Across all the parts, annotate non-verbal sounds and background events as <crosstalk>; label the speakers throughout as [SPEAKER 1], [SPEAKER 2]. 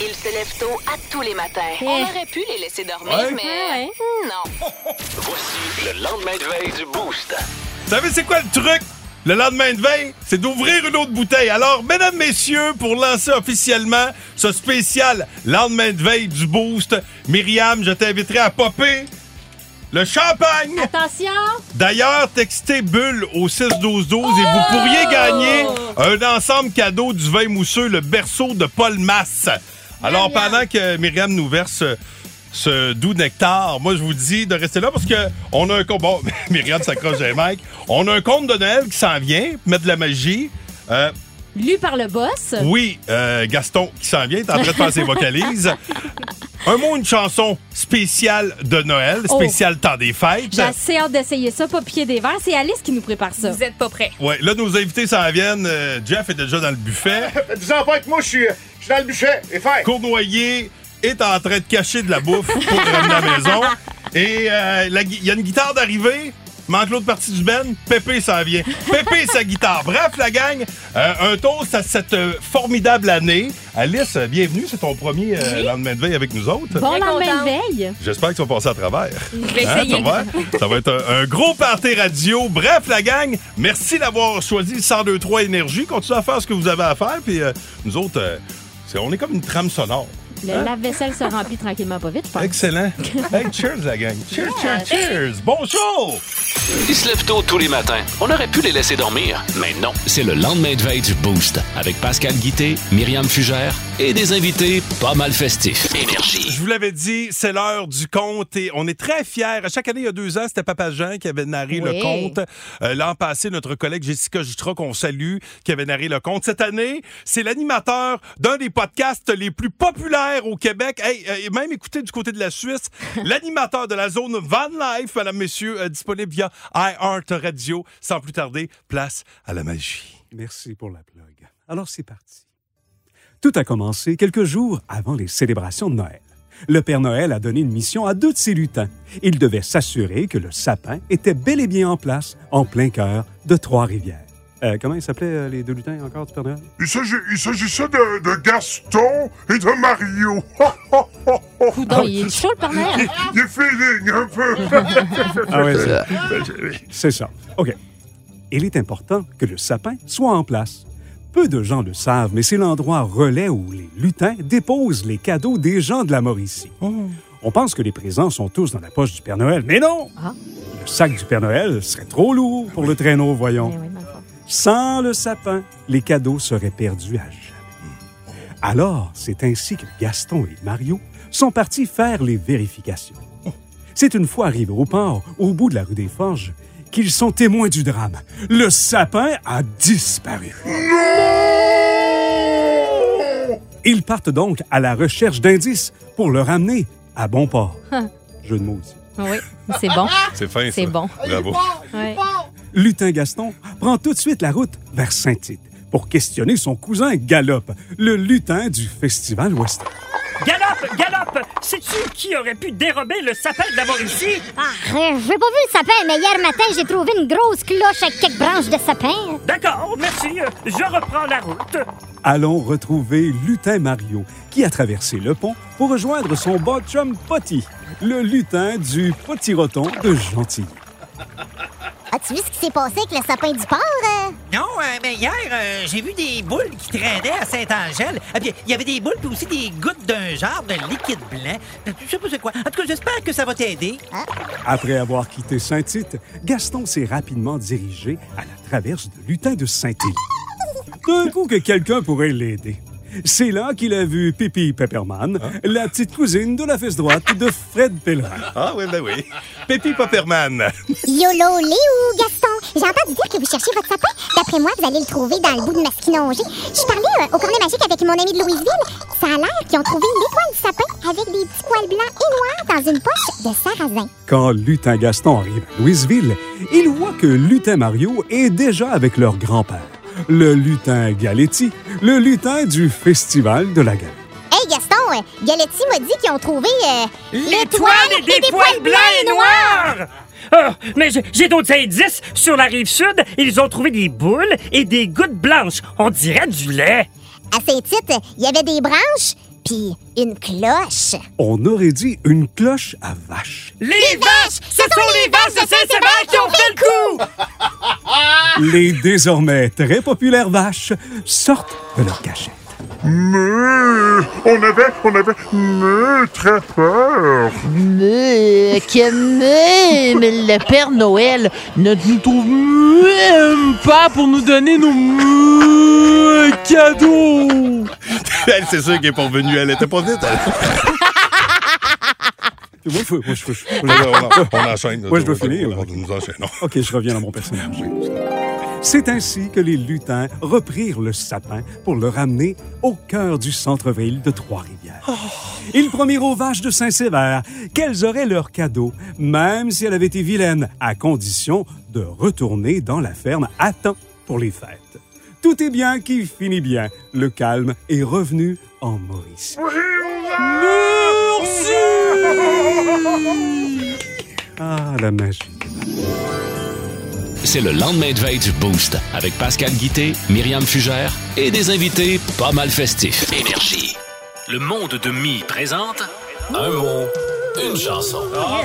[SPEAKER 1] Ils se lèvent tôt à tous les matins. On aurait pu les laisser dormir,
[SPEAKER 2] Ouais.
[SPEAKER 1] mais
[SPEAKER 3] Eh. Ah Ouais, ouais.
[SPEAKER 1] non.
[SPEAKER 4] Voici le lendemain de veille du Boost.
[SPEAKER 5] Vous savez, c'est quoi le truc? Le lendemain de veille, c'est d'ouvrir une autre bouteille. Alors, mesdames, messieurs, pour lancer officiellement ce spécial lendemain de veille du Boost, Myriam, je t'inviterai à popper le champagne.
[SPEAKER 3] <laughs> Attention!
[SPEAKER 5] D'ailleurs, textez Bulle au 6-12-12 et vous pourriez gagner un ensemble cadeau du vin mousseux, le berceau de Paul Masse. Alors,
[SPEAKER 3] Myriam.
[SPEAKER 5] pendant que Myriam nous verse euh, ce doux nectar, moi, je vous dis de rester là parce que on a un compte. Bon, <laughs> Myriam s'accroche à Mike. On a un compte de Noël qui s'en vient, mettre de la magie. Euh,
[SPEAKER 3] Lu par le boss.
[SPEAKER 5] oui, euh, Gaston qui s'en vient, t'es en train de faire ses vocalises. Un mot, une chanson spéciale de Noël,
[SPEAKER 3] Oh.
[SPEAKER 5] spéciale temps des fêtes.
[SPEAKER 3] J'ai assez hâte d'essayer ça, pas pied des verres. C'est Alice qui nous prépare ça.
[SPEAKER 6] Vous êtes pas prêts.
[SPEAKER 5] Ouais, là, nos invités s'en viennent. Euh, Jeff est déjà dans le buffet.
[SPEAKER 7] Ah, Dis-en pas que moi, je suis je suis dans le buffet. Et fait.
[SPEAKER 5] Cournoyer est en train de cacher de la
[SPEAKER 7] <laughs>
[SPEAKER 5] bouffe pour ramener à la maison. Et euh, la gui- il y a une guitare d'arrivée. Manque l'autre partie du Ben. Pépé s'en vient. Pépé et sa guitare. Bref, la gang, euh, un toast à cette euh, formidable année. Alice, euh, bienvenue. C'est ton premier euh, lendemain de veille avec nous autres.
[SPEAKER 3] Bon
[SPEAKER 6] Très
[SPEAKER 3] lendemain de
[SPEAKER 6] contente.
[SPEAKER 3] veille.
[SPEAKER 5] J'espère que tu vas passer à travers.
[SPEAKER 6] Je vais
[SPEAKER 5] Hein,
[SPEAKER 6] essayer.
[SPEAKER 5] tu vas voir? Ça va être un, un gros party radio. Bref, la gang, merci d'avoir choisi le 1023 Énergie. Continuez à faire ce que vous avez à faire. Puis euh, nous autres, euh, c'est- on est comme une trame sonore.
[SPEAKER 3] <laughs> Le lave-vaisselle se remplit tranquillement pas vite, je pense.
[SPEAKER 5] Hein? Excellent. Hey, cheers, la gang. Cheers, cheers, cheers. Bon show!
[SPEAKER 4] Ils se lèvent tôt tous les matins. On aurait pu les laisser dormir, mais non. C'est le lendemain de veille du Boost avec Pascal Guitté, Myriam Fugère et des invités pas mal festifs. Énergie.
[SPEAKER 5] Je vous l'avais dit, c'est l'heure du compte et on est très fiers. À chaque année, il y a deux ans, c'était Papa Jean qui avait narré
[SPEAKER 3] Oui.
[SPEAKER 5] le compte. Euh, L'an passé, notre collègue Jessica Jutra, qu'on salue, qui avait narré le compte. Cette année, c'est l'animateur d'un des podcasts les plus populaires au Québec. Hey, euh, et même écoutez du côté de la Suisse, l'animateur de la zone Van Life, madame, messieurs, euh, disponible via iHeart Radio. Sans plus tarder, place à la magie.
[SPEAKER 8] Merci pour la plug. Alors c'est parti. Tout a commencé quelques jours avant les célébrations de Noël. Le Père Noël a donné une mission à deux de ses lutins. Il devait s'assurer que le sapin était bel et bien en place, en plein cœur de Trois-Rivières. Euh, comment ils s'appelaient euh, les deux lutins encore du Père Noël?
[SPEAKER 7] Il s'agit- il s'agissait de, de Gaston et de Mario. <laughs>
[SPEAKER 3] Coudon, il est chaud le Père Noël.
[SPEAKER 7] Du feeling, un peu.
[SPEAKER 8] <laughs> Ah ouais, c'est- c'est ça. OK. Il est important que le sapin soit en place. Peu de gens le savent, mais c'est l'endroit relais où les lutins déposent les cadeaux des gens de la Mauricie.
[SPEAKER 5] Oh.
[SPEAKER 8] On pense que les présents sont tous dans la poche du Père Noël, mais non!
[SPEAKER 3] Ah.
[SPEAKER 8] Le sac du Père Noël serait trop lourd pour le traîneau, voyons.
[SPEAKER 3] Ben oui, dans le fond.
[SPEAKER 8] Sans le sapin, les cadeaux seraient perdus à jamais. Alors, c'est ainsi que Gaston et Mario sont partis faire les vérifications. C'est une fois arrivés au port, au bout de la rue des Forges, qu'ils sont témoins du drame. Le sapin a disparu. Ils partent donc à la recherche d'indices pour le ramener à bon port. Jeu de mots ici.
[SPEAKER 3] Ah, Oui, c'est bon.
[SPEAKER 5] <laughs> C'est fin,
[SPEAKER 3] C'est bon.
[SPEAKER 5] Bravo.
[SPEAKER 3] Ouais.
[SPEAKER 8] Lutin Gaston prend tout de suite la route vers Saint-Tite pour questionner son cousin Galope, le lutin du Festival Western.
[SPEAKER 9] Galope, galope! Sais-tu qui aurait pu dérober le sapin de la Mauricie?
[SPEAKER 6] Ah.
[SPEAKER 10] Arrête, j'ai pas vu le sapin, mais hier matin, j'ai trouvé une grosse cloche avec quelques branches de sapin.
[SPEAKER 9] D'accord, merci. euh, Je reprends la route.
[SPEAKER 8] Allons retrouver Lutin Mario, qui a traversé le pont pour rejoindre son bon chum Potty, le lutin du Potiroton de Gentilly.
[SPEAKER 10] As-tu vu ce qui s'est passé avec le sapin du port?
[SPEAKER 6] hein?
[SPEAKER 10] euh?
[SPEAKER 11] Non, euh, mais hier, euh, j'ai vu des boules qui traînaient à Saint-Angèle. Eh bien, il y avait des boules, puis aussi des gouttes d'un genre de liquide blanc. Je sais pas c'est quoi. En tout cas, j'espère que ça va t'aider.
[SPEAKER 8] Après avoir quitté Saint-Tite, Gaston s'est rapidement dirigé à la traverse de Lutin de Saint-Élie. D'un coup que quelqu'un pourrait l'aider. C'est là qu'il a vu Pippi Pepperman, la petite cousine de la fesse droite de Fred Pellerin.
[SPEAKER 5] Ah oui, ben oui. Pépi Popperman.
[SPEAKER 10] YOLO, Léo, Gaston,
[SPEAKER 6] J'ai entendu dire que vous cherchiez votre sapin. D'après moi, vous allez le trouver dans le bout de Masquinongé. Je parlais euh, au cornet magique avec mon ami de Louisville. Ça a l'air qu'ils ont trouvé une étoile de sapin avec des petits poils blancs et noirs dans une poche de sarrasin.
[SPEAKER 8] Quand Lutin Gaston arrive à Louisville, il voit que Lutin Mario est déjà avec leur grand-père, le lutin Galetti, le lutin du Festival de la Galette.
[SPEAKER 6] Hey Gaston, euh, Galetti m'a dit qu'ils ont trouvé euh,
[SPEAKER 9] L'étoile des, poils blancs et noirs! Ah, mais j'ai- j'ai d'autres indices. Sur la rive sud, ils ont trouvé des boules et des gouttes blanches. On dirait du lait.
[SPEAKER 6] À Saint-Tite, il y avait des branches puis une cloche.
[SPEAKER 8] On aurait dit une cloche à vache.
[SPEAKER 9] Les, vaches! Ce sont les vaches de Saint-Sébastien qui ont fait le coup!
[SPEAKER 8] Les désormais très populaires vaches sortent de leur cachet.
[SPEAKER 7] Mais Euh, on avait, on avait mais très peur.
[SPEAKER 12] Mais que même le Père Noël ne nous trouve même pas pour nous donner nos me- cadeaux.
[SPEAKER 5] <laughs> Elle, c'est sûr qu'elle est pas venue. Elle était pas vite.
[SPEAKER 8] <laughs> Moi, je veux,
[SPEAKER 5] on enchaîne.
[SPEAKER 8] Moi, je veux finir. là.
[SPEAKER 5] On nous
[SPEAKER 3] Euh,
[SPEAKER 5] enchaînons.
[SPEAKER 8] OK, je reviens à mon personnage. C'est ainsi que les lutins reprirent le sapin pour le ramener au cœur du centre-ville de Trois-Rivières. Ils promirent aux vaches de Saint-Sévère qu'elles auraient leur cadeau, même si elles avaient été vilaines, à condition de retourner dans la ferme à temps pour les fêtes. Tout est bien qui finit bien. Le calme est revenu en Mauricie. Ah, la magie.
[SPEAKER 4] C'est le lendemain de veille du Boost avec Pascal Guitté, Myriam Fugère et des invités pas mal festifs. Énergie. Le monde de Mi présente un mot, une chanson.
[SPEAKER 3] Ah.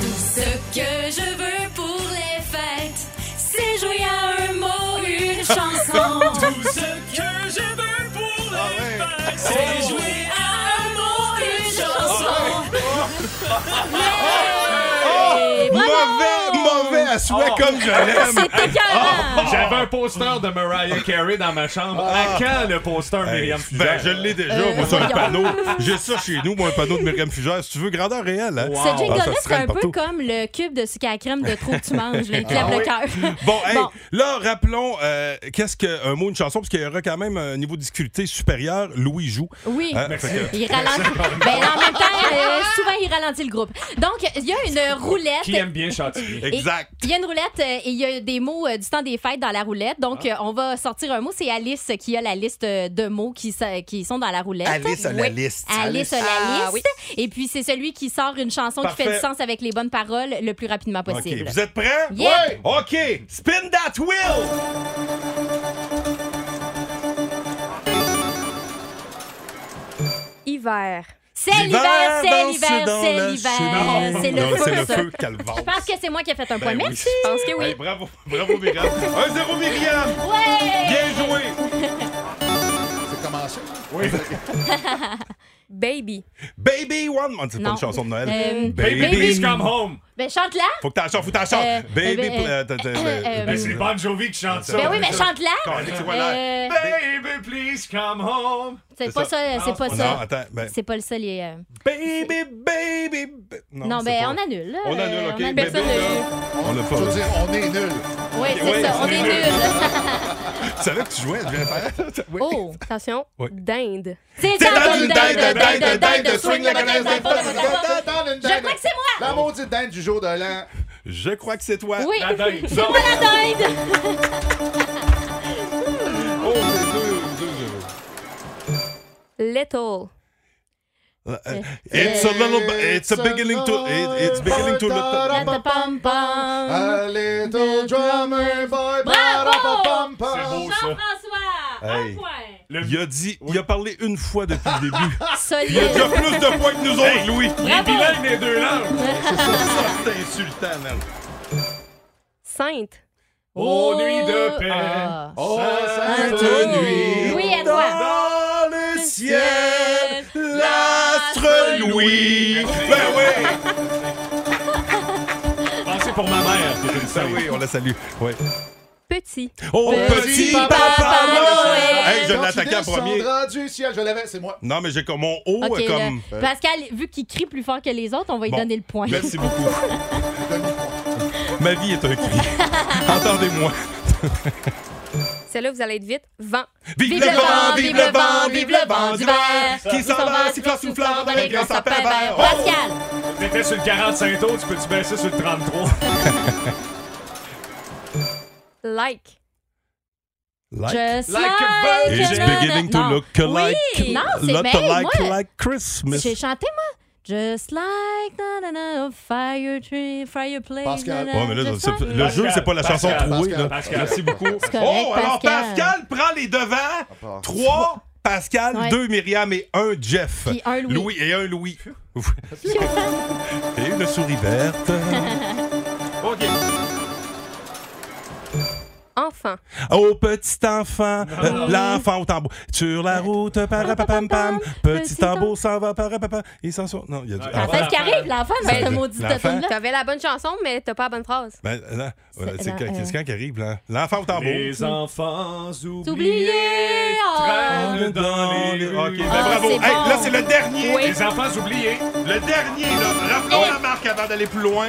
[SPEAKER 13] Ce que je veux pour les fêtes, c'est jouer à un mot, une chanson.
[SPEAKER 14] Tout
[SPEAKER 13] ce que je veux pour les fêtes,
[SPEAKER 14] c'est jouer
[SPEAKER 13] à un mot, une
[SPEAKER 5] Mauvais, mauvais à souhait comme je l'aime. Oh.
[SPEAKER 15] Ah, Oh. J'avais un poster de Mariah Carey dans ma chambre.
[SPEAKER 5] Ah.
[SPEAKER 15] À quand le poster Myriam
[SPEAKER 5] Ben,
[SPEAKER 15] Fugère?
[SPEAKER 5] je l'ai déjà,
[SPEAKER 15] Euh,
[SPEAKER 5] moi, sur un
[SPEAKER 15] voyons.
[SPEAKER 5] panneau. J'ai ça chez nous, moi, un panneau de Myriam Fugère. Si tu veux, grandeur réelle. Hein?
[SPEAKER 3] Ce jingle-là,
[SPEAKER 5] Ah, ça se
[SPEAKER 3] c'est un
[SPEAKER 5] traîne partout.
[SPEAKER 3] peu comme le cube de sucre à crème de trop que tu manges,
[SPEAKER 5] <laughs>
[SPEAKER 3] là, il te
[SPEAKER 5] Ah
[SPEAKER 3] lève
[SPEAKER 5] oui.
[SPEAKER 3] le cœur.
[SPEAKER 5] Bon, hey, là, rappelons, euh, qu'est-ce qu'un mot, une chanson, parce qu'il y aura quand même un niveau de difficulté supérieur. Louis joue.
[SPEAKER 3] Oui,
[SPEAKER 5] Hein, fait que-
[SPEAKER 3] il
[SPEAKER 5] <laughs>
[SPEAKER 3] ralentit. Ben, en même temps, euh, souvent, il ralentit le groupe. Donc, il y a une roulette.
[SPEAKER 15] Qui aime bien Chantilly?
[SPEAKER 3] Et Il y a une roulette euh, et il y a des mots euh, du temps des fêtes dans la roulette. Donc,
[SPEAKER 5] Ah.
[SPEAKER 3] euh, on va sortir un mot. C'est Alice qui a la liste euh, de mots qui, sa- qui sont dans la roulette.
[SPEAKER 16] Alice a la liste.
[SPEAKER 3] Alice a la
[SPEAKER 16] Ah,
[SPEAKER 3] liste. Et puis, c'est celui qui sort une chanson qui fait
[SPEAKER 5] Parfait.
[SPEAKER 3] du sens avec les bonnes paroles le plus rapidement possible.
[SPEAKER 5] OK. Vous êtes prêts?
[SPEAKER 3] Yep. Ouais.
[SPEAKER 5] OK. Spin that wheel!
[SPEAKER 17] Hiver.
[SPEAKER 3] C'est l'hiver, c'est l'hiver, c'est l'hiver. Ben, C'est
[SPEAKER 5] Non,
[SPEAKER 3] le feu.
[SPEAKER 5] c'est le
[SPEAKER 3] ça.
[SPEAKER 5] feu, calvaire.
[SPEAKER 3] Je pense que c'est moi qui ai fait un
[SPEAKER 5] Ben
[SPEAKER 3] point.
[SPEAKER 5] oui.
[SPEAKER 3] Merci. Je pense que oui.
[SPEAKER 5] Hey, bravo, bravo, Myriam. 1-0, Myriam.
[SPEAKER 3] Ouais!
[SPEAKER 5] Bien joué.
[SPEAKER 16] C'est commencé.
[SPEAKER 5] Oui.
[SPEAKER 17] Baby.
[SPEAKER 5] Baby One. Oh, C'est pas
[SPEAKER 3] Non.
[SPEAKER 5] une chanson de Noël.
[SPEAKER 3] Euh,
[SPEAKER 15] Baby's Come Home.
[SPEAKER 3] Ben, chante-la.
[SPEAKER 5] Faut que t'en chantes, faut que t'en chantes.
[SPEAKER 3] Euh,
[SPEAKER 5] Baby.
[SPEAKER 3] euh,
[SPEAKER 5] pla- t'as- t'as-
[SPEAKER 3] euh, euh,
[SPEAKER 5] baby-
[SPEAKER 15] Ben, c'est Bon Jovi qui chante ça.
[SPEAKER 3] Ben oui, mais
[SPEAKER 5] Calais, c'est quoi,
[SPEAKER 3] chante-la.
[SPEAKER 5] là?
[SPEAKER 3] Euh,
[SPEAKER 15] Baby, please come home.
[SPEAKER 3] C'est pas ça, c'est pas
[SPEAKER 5] Non,
[SPEAKER 3] ça.
[SPEAKER 5] attends, ben-
[SPEAKER 3] C'est pas le seul. il est, euh,
[SPEAKER 5] Baby, baby. ba-
[SPEAKER 3] Non,
[SPEAKER 5] c'est
[SPEAKER 3] ben
[SPEAKER 5] pas-
[SPEAKER 3] on annule. là.
[SPEAKER 5] On
[SPEAKER 3] Euh,
[SPEAKER 5] annule, ok.
[SPEAKER 3] annule
[SPEAKER 5] Baby,
[SPEAKER 3] ça, là.
[SPEAKER 5] On l'a pas.
[SPEAKER 16] Je veux dire, on est nuls.
[SPEAKER 3] Oui, c'est
[SPEAKER 5] Ouais,
[SPEAKER 3] ça, on
[SPEAKER 5] c'est
[SPEAKER 3] est
[SPEAKER 5] nul.
[SPEAKER 3] nuls.
[SPEAKER 5] Tu savais que tu jouais, tu viens de faire.
[SPEAKER 15] <laughs>
[SPEAKER 17] Oh, attention.
[SPEAKER 5] Oui.
[SPEAKER 17] Dinde.
[SPEAKER 3] C'est
[SPEAKER 5] T'es dans une dinde, dinde, dinde,
[SPEAKER 16] swing la galaise, dinde, dinde, dinde, dinde,
[SPEAKER 3] Je crois que c'est moi.
[SPEAKER 16] La maudite dinde du jour de l'an.
[SPEAKER 5] Je crois que c'est toi.
[SPEAKER 3] Oui,
[SPEAKER 5] La dinde.
[SPEAKER 3] <laughs> c'est moi la dinde.
[SPEAKER 15] <laughs>
[SPEAKER 5] Oh, c'est deux, deux, deux.
[SPEAKER 17] Little.
[SPEAKER 5] Euh, It's a little, b- it's a beginning to, it- it's beginning to look.
[SPEAKER 16] A little drummer boy. ba-da-ba-bum-bum.
[SPEAKER 3] Jean-François,
[SPEAKER 5] Hey.
[SPEAKER 3] un point.
[SPEAKER 5] Il a dit, il a parlé une fois depuis le début.
[SPEAKER 3] Solide.
[SPEAKER 5] Il a déjà plus de points que nous autres,
[SPEAKER 15] Hey,
[SPEAKER 5] Louis.
[SPEAKER 15] il est bilingue des deux langues.
[SPEAKER 5] C'est ça, ça, c'est insultant, man.
[SPEAKER 17] Sainte.
[SPEAKER 15] Oh, nuit de paix.
[SPEAKER 16] Oh,
[SPEAKER 15] sainte
[SPEAKER 16] nuit.
[SPEAKER 3] Oui, à toi.
[SPEAKER 5] Dans le ciel, l'astre Louis. Ben oui.
[SPEAKER 15] Pensez pour ma mère.
[SPEAKER 5] Ben oui, on la salue. Ouais.
[SPEAKER 17] Petit.
[SPEAKER 5] Oh, petit, papa, Noël. Hey, je
[SPEAKER 16] Quand tu
[SPEAKER 5] l'attaquais en premier.
[SPEAKER 16] descendras du ciel, je l'avais, c'est moi.
[SPEAKER 5] Non, mais j'ai comme mon haut
[SPEAKER 3] OK,
[SPEAKER 5] est
[SPEAKER 3] là,
[SPEAKER 5] Oh, comme. euh,
[SPEAKER 3] Pascal, vu qu'il crie plus fort que les autres, on va lui <laughs>
[SPEAKER 5] Bon.
[SPEAKER 3] donner le point.
[SPEAKER 5] Merci beaucoup. Ma vie est un
[SPEAKER 3] <laughs>
[SPEAKER 5] cri. Entendez-moi.
[SPEAKER 17] Celle-là, vous allez être vite. Vent.
[SPEAKER 5] Vive le vent, vive le vent, vive le vent d'hiver qui s'en va sifflant, soufflant dans les grands sapins verts. Oh!
[SPEAKER 3] Pascal!
[SPEAKER 15] T'étais sur le 45 tours, tu peux-tu baisser sur le 33?
[SPEAKER 17] Like.
[SPEAKER 5] Like.
[SPEAKER 3] Just
[SPEAKER 5] Like
[SPEAKER 3] like
[SPEAKER 5] a It's
[SPEAKER 3] another-
[SPEAKER 5] beginning to
[SPEAKER 3] Non.
[SPEAKER 5] look like-
[SPEAKER 3] Oui. Non, c'est
[SPEAKER 5] look
[SPEAKER 3] ben,
[SPEAKER 5] like-
[SPEAKER 3] moi,
[SPEAKER 5] like Christmas.
[SPEAKER 3] J'ai chanté, moi. Just like na, na, na, a fire tree, fireplace.
[SPEAKER 5] Pascal.
[SPEAKER 3] na, na,
[SPEAKER 5] Ouais, mais là,
[SPEAKER 3] just
[SPEAKER 5] c'est-
[SPEAKER 3] like-
[SPEAKER 5] le jeu, c'est pas la chanson
[SPEAKER 15] Pascal,
[SPEAKER 5] trouée.
[SPEAKER 15] Pascal,
[SPEAKER 5] là.
[SPEAKER 15] Pascal, merci beaucoup.
[SPEAKER 3] C'est correct,
[SPEAKER 5] oh, alors
[SPEAKER 3] Pascal.
[SPEAKER 5] Pascal prend les devants. Trois Pascal,
[SPEAKER 3] Ouais.
[SPEAKER 5] deux Myriam et un Jeff.
[SPEAKER 3] Puis un Louis.
[SPEAKER 5] et un Louis. <laughs> et une souris verte. <laughs>
[SPEAKER 15] <laughs>
[SPEAKER 5] OK.
[SPEAKER 17] Enfant.
[SPEAKER 5] Oh, petit enfant, euh, l'enfant au tambour. Sur la route, parapapam, pam. Petit tambour s'en va, parapapam. Il s'en sort. Non, il y a du. Ah,
[SPEAKER 3] Qu'est-ce qui arrive, l'enfant, dans
[SPEAKER 5] Ben,
[SPEAKER 3] ce maudit
[SPEAKER 5] l'enfant.
[SPEAKER 3] automne-là?
[SPEAKER 17] T'avais la bonne chanson, mais t'as pas la bonne phrase.
[SPEAKER 5] Ben, là, voilà, c'est
[SPEAKER 17] là,
[SPEAKER 5] quand-
[SPEAKER 17] euh,
[SPEAKER 5] qu'est-ce quand qui arrive, là? L'enfant au tambour.
[SPEAKER 15] Les enfants
[SPEAKER 3] Oublié! oh,
[SPEAKER 15] traînent
[SPEAKER 5] Dans les rues. OK, ben
[SPEAKER 15] Ah,
[SPEAKER 5] bravo.
[SPEAKER 15] c'est
[SPEAKER 5] Hey,
[SPEAKER 15] bon.
[SPEAKER 5] Là, c'est le dernier.
[SPEAKER 15] Oui. Les enfants oubliés.
[SPEAKER 5] Le dernier, là. Rappelons la marque avant d'aller plus loin.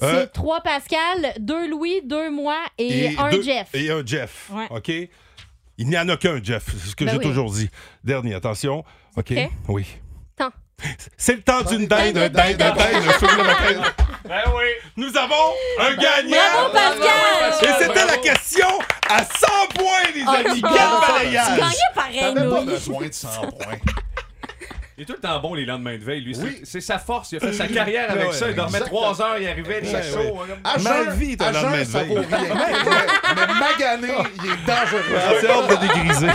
[SPEAKER 5] Euh,
[SPEAKER 3] C'est trois Pascal, deux Louis, deux moi et, un
[SPEAKER 5] deux-
[SPEAKER 3] Jeff.
[SPEAKER 5] Et un Jeff.
[SPEAKER 3] Ouais.
[SPEAKER 5] OK? Il n'y en a qu'un, Jeff. C'est ce que
[SPEAKER 3] Ben
[SPEAKER 5] j'ai
[SPEAKER 3] oui.
[SPEAKER 5] toujours dit. Dernier, attention. OK?
[SPEAKER 17] prêt?
[SPEAKER 5] Oui.
[SPEAKER 17] Temps.
[SPEAKER 5] C'est le temps d'une dinde, dinde, dinde, dinde, sur le matin.
[SPEAKER 15] Ben oui.
[SPEAKER 5] Nous avons un gagnant!
[SPEAKER 15] Bravo, Pascal!
[SPEAKER 5] Et c'était la
[SPEAKER 15] Bravo.
[SPEAKER 5] question à 100 points, les
[SPEAKER 15] Ah,
[SPEAKER 5] amis! Quel
[SPEAKER 15] tu gagnais.
[SPEAKER 5] balayage!
[SPEAKER 15] Tu gagnais pareil,
[SPEAKER 16] T'avais pas
[SPEAKER 15] Louis.
[SPEAKER 16] besoin de 100 points.
[SPEAKER 15] Il est tout le temps bon les lendemains de veille, lui. C'est- C'est sa force. Il a fait sa carrière avec
[SPEAKER 5] Ouais,
[SPEAKER 15] ça. Il dormait
[SPEAKER 16] exactement.
[SPEAKER 5] Ah,
[SPEAKER 15] trois heures, il arrivait, il était
[SPEAKER 5] Ouais,
[SPEAKER 15] chaud.
[SPEAKER 5] ouais.
[SPEAKER 15] hein, comme-
[SPEAKER 16] À
[SPEAKER 5] Ma
[SPEAKER 16] jeun,
[SPEAKER 5] vie est un
[SPEAKER 16] à jeun,
[SPEAKER 5] lendemain de
[SPEAKER 16] ça
[SPEAKER 5] veille.
[SPEAKER 16] vaut rien. Mais magané, il est
[SPEAKER 5] Ah,
[SPEAKER 16] dangereux.
[SPEAKER 5] c'est hâte de dégriser.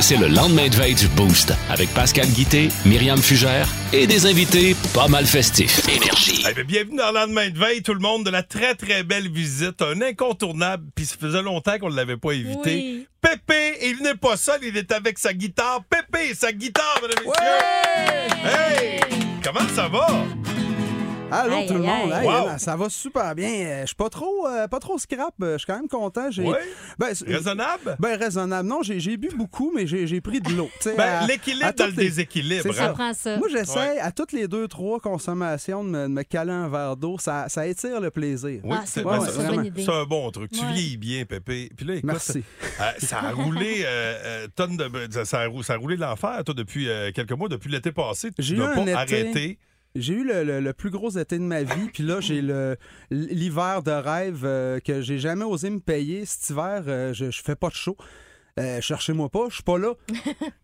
[SPEAKER 4] C'est le lendemain de veille du Boost avec Pascal Guité, Myriam Fugère et des invités pas mal festifs. Énergie.
[SPEAKER 5] Eh bien, bienvenue dans le lendemain de veille, tout le monde, de la très, très belle visite. Un incontournable, puis ça faisait longtemps qu'on ne l'avait pas évité.
[SPEAKER 15] Oui.
[SPEAKER 5] Pépé, il n'est pas seul, il est avec sa guitare. Pépé, sa guitare, mesdames et messieurs! Hey! Comment ça va?
[SPEAKER 14] Allô
[SPEAKER 5] Aïe,
[SPEAKER 14] tout le
[SPEAKER 5] aïe,
[SPEAKER 14] monde,
[SPEAKER 5] aïe.
[SPEAKER 14] Hey,
[SPEAKER 5] Wow.
[SPEAKER 14] man, ça va super bien. Euh, Je suis pas trop, euh, pas trop scrap. Euh, Je suis quand même content. J'ai-
[SPEAKER 5] Ouais.
[SPEAKER 14] Ben, c'est-
[SPEAKER 5] Raisonnable?
[SPEAKER 14] Ben raisonnable. Non, j'ai j'ai bu beaucoup, mais j'ai j'ai pris de l'eau. Tu sais,
[SPEAKER 5] Ben,
[SPEAKER 14] à-
[SPEAKER 5] l'équilibre
[SPEAKER 14] à
[SPEAKER 5] dans
[SPEAKER 14] toutes
[SPEAKER 5] le déséquilibre,
[SPEAKER 14] C'est
[SPEAKER 5] hein. Je comprends ça.
[SPEAKER 14] Moi, j'essaie
[SPEAKER 5] Ouais.
[SPEAKER 14] à toutes les deux trois consommations de me, de me caler un verre d'eau. Ça, ça étire le plaisir.
[SPEAKER 5] Oui, c'est
[SPEAKER 14] Ouais,
[SPEAKER 5] ben,
[SPEAKER 14] ouais,
[SPEAKER 5] c'est-
[SPEAKER 14] vraiment.
[SPEAKER 5] c'est un bon truc. Tu
[SPEAKER 14] Ouais.
[SPEAKER 5] vieillis bien, Pépé. Puis là, écoute,
[SPEAKER 14] Merci.
[SPEAKER 5] euh, ça a roulé euh, euh, tonne de. Ça, ça a rou- ça a roulé de l'enfer, toi, depuis euh, quelques mois, depuis l'été passé. Tu
[SPEAKER 14] J'ai eu
[SPEAKER 5] n'as pas
[SPEAKER 14] un été-
[SPEAKER 5] arrêté.
[SPEAKER 14] J'ai eu le, le- le plus gros été de ma vie, puis là, j'ai le l'hiver de rêve euh, que j'ai jamais osé me payer. Cet hiver, euh, je, je fais pas de show. Euh, Cherchez-moi pas, je suis pas là.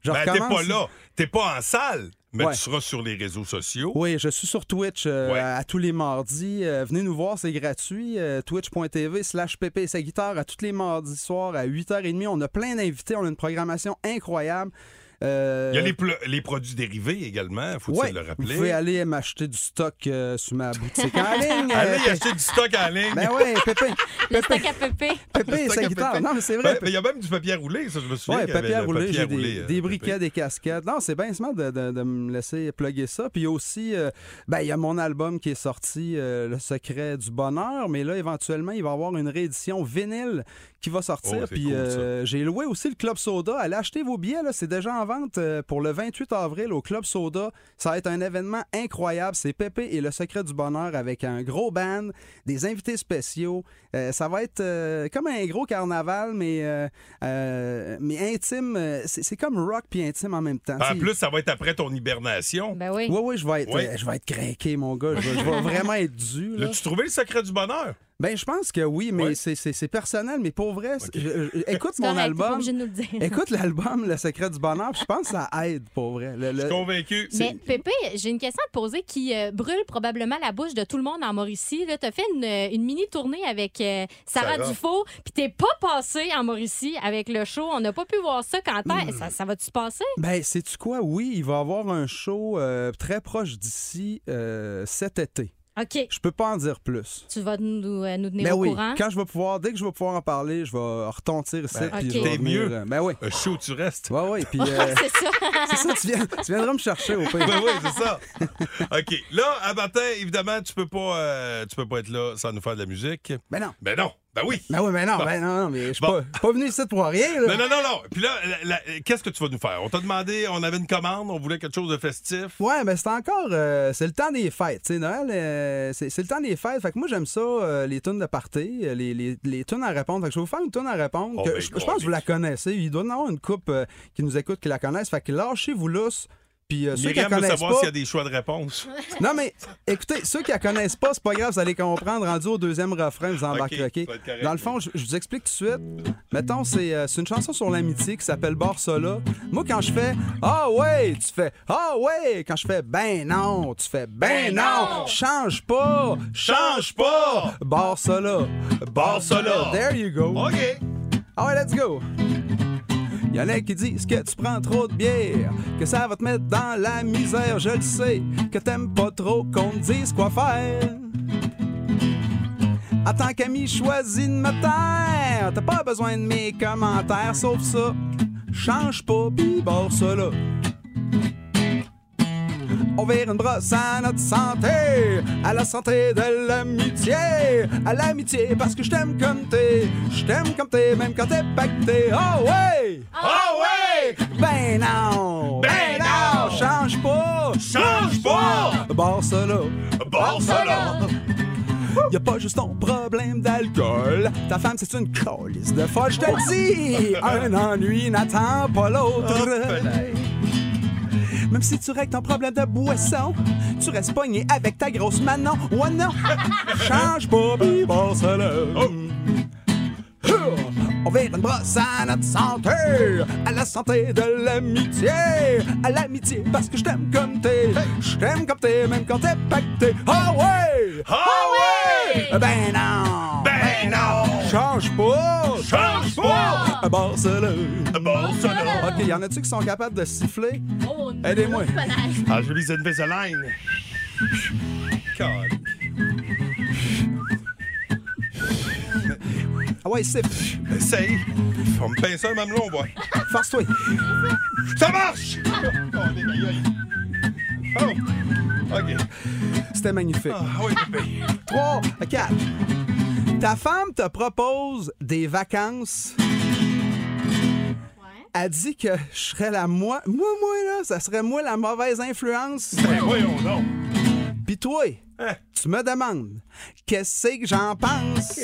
[SPEAKER 14] Je
[SPEAKER 5] Ben, t'es pas
[SPEAKER 14] recommence.
[SPEAKER 5] là. T'es pas en salle, mais
[SPEAKER 14] Ouais.
[SPEAKER 5] tu seras sur les réseaux sociaux.
[SPEAKER 14] Oui, je suis sur Twitch euh, à, tous les mardis. Euh, venez nous voir, c'est gratuit. Euh, Twitch.tv slash PP et sa guitare à tous les mardis soirs à 8h30. On a plein d'invités, on a une programmation incroyable. Euh,
[SPEAKER 5] Il y a les, pl- les produits dérivés également, faut
[SPEAKER 14] ouais,
[SPEAKER 5] se le
[SPEAKER 14] Vous
[SPEAKER 5] rappeler.
[SPEAKER 14] pouvez aller m'acheter du stock euh, sur ma boutique en ligne. euh,
[SPEAKER 5] <laughs> Allez acheter du stock en
[SPEAKER 14] <laughs>
[SPEAKER 5] ligne.
[SPEAKER 14] Ben oui, Pépé.
[SPEAKER 3] <laughs> Le stock à Pépé.
[SPEAKER 14] Pépé et Ben, sa guitare. Non, mais c'est vrai.
[SPEAKER 5] Ben, Il y a même du papier roulé, ça, je me souviens.
[SPEAKER 14] Ouais,
[SPEAKER 5] qu'il y avait
[SPEAKER 14] papier à
[SPEAKER 5] le
[SPEAKER 14] rouler, j'ai des,
[SPEAKER 5] roulé, euh,
[SPEAKER 14] des
[SPEAKER 5] Pépé.
[SPEAKER 14] briquets, des casquettes. Non, c'est bien smart de, de- de me laisser plugger ça. Puis aussi, euh, ben, il y a mon album qui est sorti, euh, Le secret du bonheur, mais là, éventuellement, il va y avoir une réédition vinyle qui va sortir.
[SPEAKER 5] Oh, c'est
[SPEAKER 14] puis
[SPEAKER 5] cool,
[SPEAKER 14] euh, j'ai loué aussi le Club Soda. Allez acheter vos billets, là, c'est déjà en vente euh, pour le 28 avril au Club Soda. Ça va être un événement incroyable. C'est Pépé et Le secret du bonheur avec un gros band, des invités spéciaux. Euh, ça va être euh, comme un gros carnaval, mais, euh, euh, mais intime. Euh, C'est c'est comme rock puis intime en même temps.
[SPEAKER 5] Ben, En
[SPEAKER 14] Tu-
[SPEAKER 5] plus, ça va être après ton hibernation.
[SPEAKER 3] Ben oui.
[SPEAKER 14] oui, oui, je vais être,
[SPEAKER 5] Ouais.
[SPEAKER 14] euh, je vais être craqué, mon gars. Je,
[SPEAKER 5] <laughs>
[SPEAKER 14] vais- je vais vraiment être dû. Là.
[SPEAKER 5] L'as-tu trouvé le secret du bonheur?
[SPEAKER 14] Ben, je pense que oui, mais c'est- c'est c'est personnel. Mais pour vrai, c'est- je- je- écoute mon
[SPEAKER 3] correct, t'es pas
[SPEAKER 14] album.
[SPEAKER 3] obligé de nous le dire.
[SPEAKER 14] <laughs> Écoute l'album Le secret du bonheur. puis Je pense que ça aide, pour vrai. Le- le-
[SPEAKER 5] Convaincu.
[SPEAKER 3] Mais Pépé, j'ai une question à te poser qui euh, brûle probablement la bouche de tout le monde en Mauricie. Tu as fait une, euh, une mini tournée avec euh, Sarah,
[SPEAKER 14] Sarah.
[SPEAKER 3] Dufault, puis t'es pas passé en Mauricie avec le show. On n'a pas pu voir ça quand t'as- Ça, ça va-tu se passer?
[SPEAKER 14] Ben, sais-tu quoi? Oui, il va y avoir un show euh, très proche d'ici euh, cet été.
[SPEAKER 3] OK.
[SPEAKER 14] Je peux pas en dire plus.
[SPEAKER 3] Tu vas nous, euh, nous tenir
[SPEAKER 14] Mais
[SPEAKER 3] au
[SPEAKER 14] Ben oui,
[SPEAKER 3] courant?
[SPEAKER 14] quand je vais pouvoir, dès que je vais pouvoir en parler, je vais retentir ici.
[SPEAKER 3] Ben,
[SPEAKER 14] puis
[SPEAKER 3] ok.
[SPEAKER 14] je vais
[SPEAKER 5] T'es
[SPEAKER 14] venir,
[SPEAKER 5] mieux.
[SPEAKER 14] euh, Ben oui.
[SPEAKER 5] Un show, tu restes.
[SPEAKER 14] Ouais, ouais.
[SPEAKER 3] <laughs>
[SPEAKER 14] Puis, euh,
[SPEAKER 3] c'est ça.
[SPEAKER 14] c'est ça, tu, viens- tu viendras me chercher au pire.
[SPEAKER 5] <laughs> Ben oui, c'est ça. OK. Là, à matin, évidemment, tu peux pas euh, tu peux pas être là sans nous faire de la musique.
[SPEAKER 14] Ben non.
[SPEAKER 5] Ben non. Ben oui.
[SPEAKER 14] Ben oui, mais non, ben non, non, mais je suis pas, pas venu ici pour rien.
[SPEAKER 5] Non, non, non, non. Puis là, la- la- qu'est-ce que tu vas nous faire? On t'a demandé, on avait une commande, on voulait quelque chose de festif.
[SPEAKER 14] Ouais, mais c'est encore. euh, c'est le temps des fêtes. Tu sais, Noël, euh, c'est c'est le temps des fêtes. Fait que moi, j'aime ça, euh, les tunes de party, euh, les, les, les tunes à répondre. Fait que je vais vous faire une tune à répondre.
[SPEAKER 5] Oh,
[SPEAKER 14] que
[SPEAKER 5] ben,
[SPEAKER 14] je, je pense que vous la connaissez. Il doit y en avoir une coupe euh, qui nous écoute qui la connaissent. Fait que lâchez-vous lousse. Puis euh, ceux qui la
[SPEAKER 5] Myriam veut
[SPEAKER 14] connaissent
[SPEAKER 5] savoir
[SPEAKER 14] pas-
[SPEAKER 5] s'il y a des choix de
[SPEAKER 3] <laughs>
[SPEAKER 5] réponse.
[SPEAKER 14] Non, mais écoutez, ceux qui la connaissent pas, c'est pas grave, vous allez comprendre. Rendu au deuxième refrain, vous embarquez,
[SPEAKER 5] Ok,
[SPEAKER 14] OK?
[SPEAKER 5] ça va être correct,
[SPEAKER 14] Dans le fond, je, je vous explique tout de suite. Mettons, c'est euh, c'est une chanson sur l'amitié qui s'appelle Barsola. Moi, quand je fais Ah ouais, tu fais Ah ouais. Quand je fais Ben non, tu fais Ben non. Change pas, change pas. Barsola, Barsola. There you go. OK. All right, let's go. Y'en a qui disent que tu prends trop de bière, que ça va te mettre dans la misère, je le sais, que t'aimes pas trop qu'on te dise quoi faire. En tant qu'ami choisi de me taire, t'as pas besoin de mes commentaires, sauf ça, change pas pis bord cela. On vire une brosse à notre santé, à la santé de l'amitié, à l'amitié parce que je t'aime comme t'es, je t'aime comme t'es, même quand t'es pacté. Oh ouais!
[SPEAKER 13] Ah
[SPEAKER 14] Oh, ouais! Ben non! Ben non! Change pas! Change pas! Barcelona! Barcelona! <laughs> Y a pas juste ton problème d'alcool. Ta femme, c'est une colisse de folle, je te le dis. Un ennui n'attend pas l'autre. Même si tu règles ton problème de boisson, tu restes pogné avec ta grosse manon. Oh non! Change pas, pis Barcelone. On vire une brosse à notre santé, à la santé de l'amitié, à l'amitié parce que je t'aime comme t'es, je t'aime comme t'es, même quand t'es pacté. Ah ouais! Ah ouais! Ben non! Ben non! Change pas! Change pas! Barcelone! Barcelone! Ok, y en a-tu qui sont capables de siffler?
[SPEAKER 3] Oh, non.
[SPEAKER 14] Aidez-moi.
[SPEAKER 5] Ah, je lis Invisalign. God.
[SPEAKER 14] Ah ouais, siffle.
[SPEAKER 5] Essaye. On me pince un mamelon, on voit.
[SPEAKER 14] Force-toi.
[SPEAKER 5] Ça marche! Oh, les aïe, aïe. Oh! OK.
[SPEAKER 14] C'était magnifique.
[SPEAKER 5] Ah, oui, bébé.
[SPEAKER 14] 3, 4. Ta femme te propose des vacances. Elle dit que je serais la moi. Moi, moi, là, ça serait moi la mauvaise influence. Ben
[SPEAKER 5] voyons donc. Hein?
[SPEAKER 14] Pis toi, tu me demandes, qu'est-ce que j'en pense?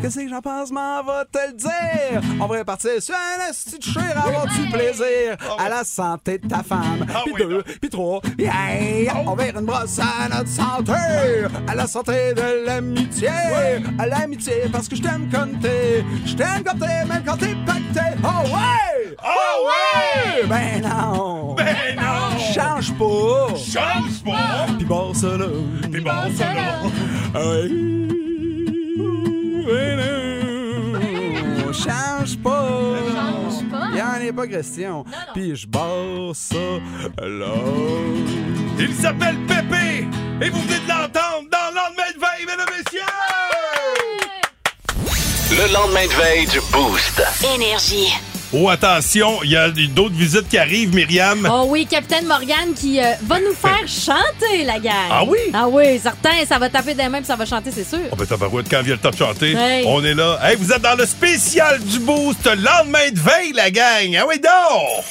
[SPEAKER 14] Qu'est-ce que j'en pense, m'en va te le dire. On va partir sur un esti de chire, avoir du plaisir à la santé de ta femme. puis deux, puis trois, puis hey, on verra une brosse à notre santé, à la santé de l'amitié, à l'amitié parce que je t'aime comme t'es, je t'aime comme t'es, même quand t'es pacté. Oh ouais! Oh ouais! Ben non! Ben non! Change pas! Change pas! Puis Barcelone! Puis Barcelone! Hey! On change pas.
[SPEAKER 13] Change pas.
[SPEAKER 14] Il en est pas question. Puis je bosse ça là.
[SPEAKER 5] Il s'appelle Pépé et vous venez de l'entendre dans le lendemain de veille, mesdames et messieurs!
[SPEAKER 4] Le lendemain de veille du Boost.
[SPEAKER 1] Énergie.
[SPEAKER 5] Oh, attention, il y a d'autres visites qui arrivent, <laughs> Myriam.
[SPEAKER 3] Oh oui, Capitaine Morgan qui euh, va
[SPEAKER 5] <laughs>
[SPEAKER 3] nous faire chanter, la gang.
[SPEAKER 5] Ah oui?
[SPEAKER 3] Ah oui, certain. Ça va taper des mains puis ça va chanter, c'est sûr.
[SPEAKER 5] Oh, ben, tabarouette, quand vient le top chanté,
[SPEAKER 3] Hey.
[SPEAKER 5] on est là. Hey, vous êtes dans le spécial du Boost, lendemain de veille, la gang. Ah oui, donc!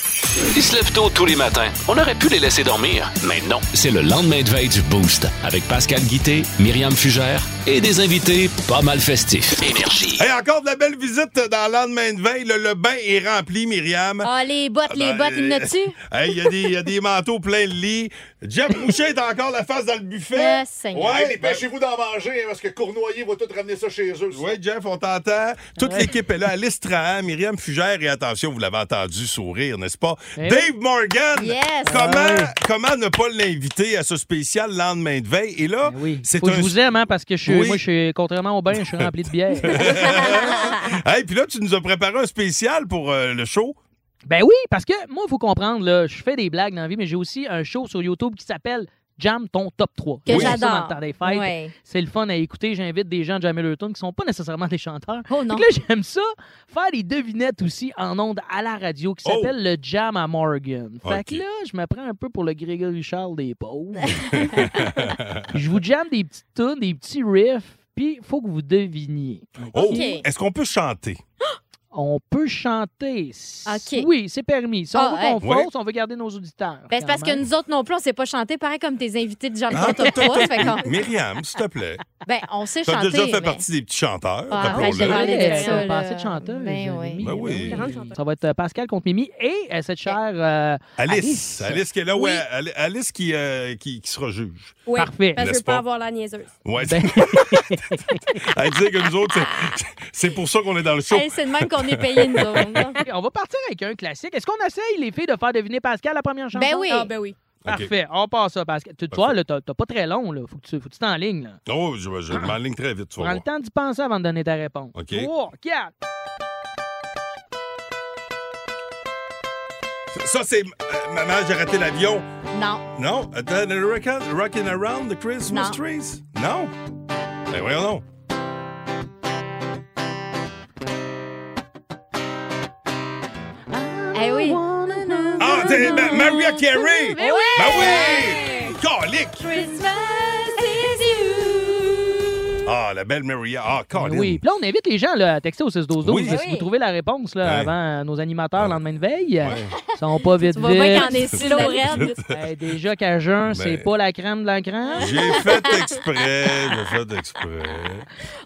[SPEAKER 4] Ils se lèvent tôt tous les matins. On aurait pu les laisser dormir, mais non. C'est le lendemain de veille du Boost avec Pascal Guitté, Myriam Fugère et des invités pas mal festifs. Énergie.
[SPEAKER 5] Hey, encore de la belle visite dans le lendemain de veille. Le, le bain est rempli, Myriam.
[SPEAKER 3] Ah, les bottes, les
[SPEAKER 5] Ben,
[SPEAKER 3] bottes, il y en
[SPEAKER 5] euh,
[SPEAKER 3] a-tu?
[SPEAKER 5] <laughs> Hey, il y a des- il y, a des manteaux pleins de lit. Jeff Boucher est encore la face dans le buffet.
[SPEAKER 3] Ah, Seigneur.
[SPEAKER 5] Ouais, ben,
[SPEAKER 16] Ouais, dépêchez-vous d'en manger, hein, parce que Cournoyer va tout ramener ça chez eux.
[SPEAKER 5] Oui, Jeff, <laughs> on t'entend. Toute l'équipe est là. Alice Trahan, Myriam Fugère et attention, vous l'avez entendu sourire, n'est-ce pas?
[SPEAKER 3] Eh
[SPEAKER 5] Dave Morgan!
[SPEAKER 13] Yes.
[SPEAKER 5] Comment,
[SPEAKER 13] Ouais.
[SPEAKER 5] comment ne pas l'inviter à ce spécial lendemain de veille? Et là, c'est
[SPEAKER 12] Eh Faut que
[SPEAKER 5] un.
[SPEAKER 12] je vous aime, hein, parce que je suis,
[SPEAKER 5] Oui.
[SPEAKER 12] moi, je suis, contrairement au bain,
[SPEAKER 5] <laughs>
[SPEAKER 12] je suis rempli de bière.
[SPEAKER 5] Hey, puis là, tu nous as préparé un spécial pour euh, le
[SPEAKER 3] <laughs>
[SPEAKER 5] show.
[SPEAKER 12] ben oui, parce que moi, il faut comprendre, là, je fais des blagues dans la vie, mais j'ai aussi un show sur YouTube qui s'appelle Jam ton top 3.
[SPEAKER 3] Que
[SPEAKER 12] Je fais ça
[SPEAKER 3] j'adore.
[SPEAKER 12] dans le temps des fêtes.
[SPEAKER 3] Ouais.
[SPEAKER 12] C'est le fun à écouter. J'invite des gens de jammer leur tune qui sont pas nécessairement des chanteurs.
[SPEAKER 3] Oh non.
[SPEAKER 12] Fait que là, j'aime ça. Faire des devinettes aussi en ondes à la radio
[SPEAKER 5] Oh.
[SPEAKER 12] qui s'appelle le Jam à Morgan. Fait que là, je me prends un peu pour le
[SPEAKER 3] <laughs>
[SPEAKER 12] Grégory Charles des pauvres. je vous jamme des petites tunes, des petits riffs. Puis, il faut que vous deviniez.
[SPEAKER 5] Oh,
[SPEAKER 12] OK?
[SPEAKER 5] est-ce qu'on peut chanter?
[SPEAKER 12] On peut chanter. Oui, c'est permis. Si on
[SPEAKER 3] Ah,
[SPEAKER 12] veut
[SPEAKER 3] hey.
[SPEAKER 12] qu'on fausse,
[SPEAKER 5] Oui.
[SPEAKER 12] on veut garder nos auditeurs.
[SPEAKER 3] Ben, c'est parce que
[SPEAKER 12] quand même.
[SPEAKER 3] nous autres non plus, on sait pas chanter pareil comme tes invités de Jean-Paul
[SPEAKER 5] Ah,
[SPEAKER 3] Top
[SPEAKER 5] t'as-
[SPEAKER 3] 3.
[SPEAKER 5] t'as-
[SPEAKER 3] fait qu'on-
[SPEAKER 5] Myriam, s'il te plaît.
[SPEAKER 3] Ben, on sait
[SPEAKER 5] T'as
[SPEAKER 3] chanter.
[SPEAKER 5] déjà fait
[SPEAKER 3] mais-
[SPEAKER 5] partie des petits chanteurs.
[SPEAKER 3] Ah,
[SPEAKER 5] rappelons-le.
[SPEAKER 3] après, j'ai parlé de
[SPEAKER 12] Eh,
[SPEAKER 3] ça.
[SPEAKER 12] on
[SPEAKER 3] là.
[SPEAKER 12] passait de chanteuse,
[SPEAKER 3] Ben oui.
[SPEAKER 12] Mimi.
[SPEAKER 5] Ben oui.
[SPEAKER 12] Ça va être euh, Pascal contre Mimi et euh, cette chère euh,
[SPEAKER 5] Alice. Alice qui est là,
[SPEAKER 12] Oui.
[SPEAKER 5] ouais, Ali- Alice qui, euh, qui, qui sera juge.
[SPEAKER 17] Oui,
[SPEAKER 12] Parfait. Ben.
[SPEAKER 17] Parce que je
[SPEAKER 5] N'est-ce
[SPEAKER 17] veux pas
[SPEAKER 5] pas?
[SPEAKER 17] avoir la niaiseuse.
[SPEAKER 5] Ouais. <laughs> à dire que nous autres, c'est- c'est pour ça qu'on est dans le show.
[SPEAKER 12] Hey, c'est
[SPEAKER 3] de même qu'on est payés,
[SPEAKER 5] <laughs>
[SPEAKER 3] nous
[SPEAKER 12] <laughs> on va partir avec un classique. Est-ce qu'on essaye, les filles, de faire deviner Pascal la première chanson?
[SPEAKER 3] Ben oui. Ah, ben
[SPEAKER 17] oui.
[SPEAKER 12] Parfait. On passe ça, Pascal. Tu tu vois, là, t'as t'as pas très long, là. Faut que tu faut que tu t'enlignes, là.
[SPEAKER 5] Oh, je, je m'enligne très vite, tu vas
[SPEAKER 12] Prends le
[SPEAKER 5] voir.
[SPEAKER 12] temps d'y penser avant de donner ta réponse.
[SPEAKER 5] OK.
[SPEAKER 12] Trois, quatre.
[SPEAKER 5] Ça, c'est euh, Maman, j'ai raté l'avion.
[SPEAKER 3] Non.
[SPEAKER 5] Non? Attends, le record, Rockin' Around the Christmas
[SPEAKER 3] Non.
[SPEAKER 5] Trees? Non? Ben voyons non.
[SPEAKER 3] Eh oui.
[SPEAKER 5] Ah, c'est Ma- Maria Carey!
[SPEAKER 17] Eh
[SPEAKER 3] Ben oui!
[SPEAKER 5] Ben oui! Calique!
[SPEAKER 3] Christmas is you.
[SPEAKER 5] Ah, la belle Maria. Ah, Colin.
[SPEAKER 12] Oui. Puis là, on invite les gens là, à texter au 6 12 12
[SPEAKER 5] Oui. Ah.
[SPEAKER 12] si vous trouvez la réponse là, avant euh, nos animateurs le lendemain de veille. Ils sont pas vite
[SPEAKER 3] Tu vois
[SPEAKER 12] vite.
[SPEAKER 3] bien qu'il y en est si, là, au
[SPEAKER 12] <laughs>
[SPEAKER 3] raide.
[SPEAKER 12] Eh, déjà qu'à jeun, c'est pas la crème de la crème.
[SPEAKER 5] Ben. <laughs> J'ai fait exprès, j'ai fait exprès.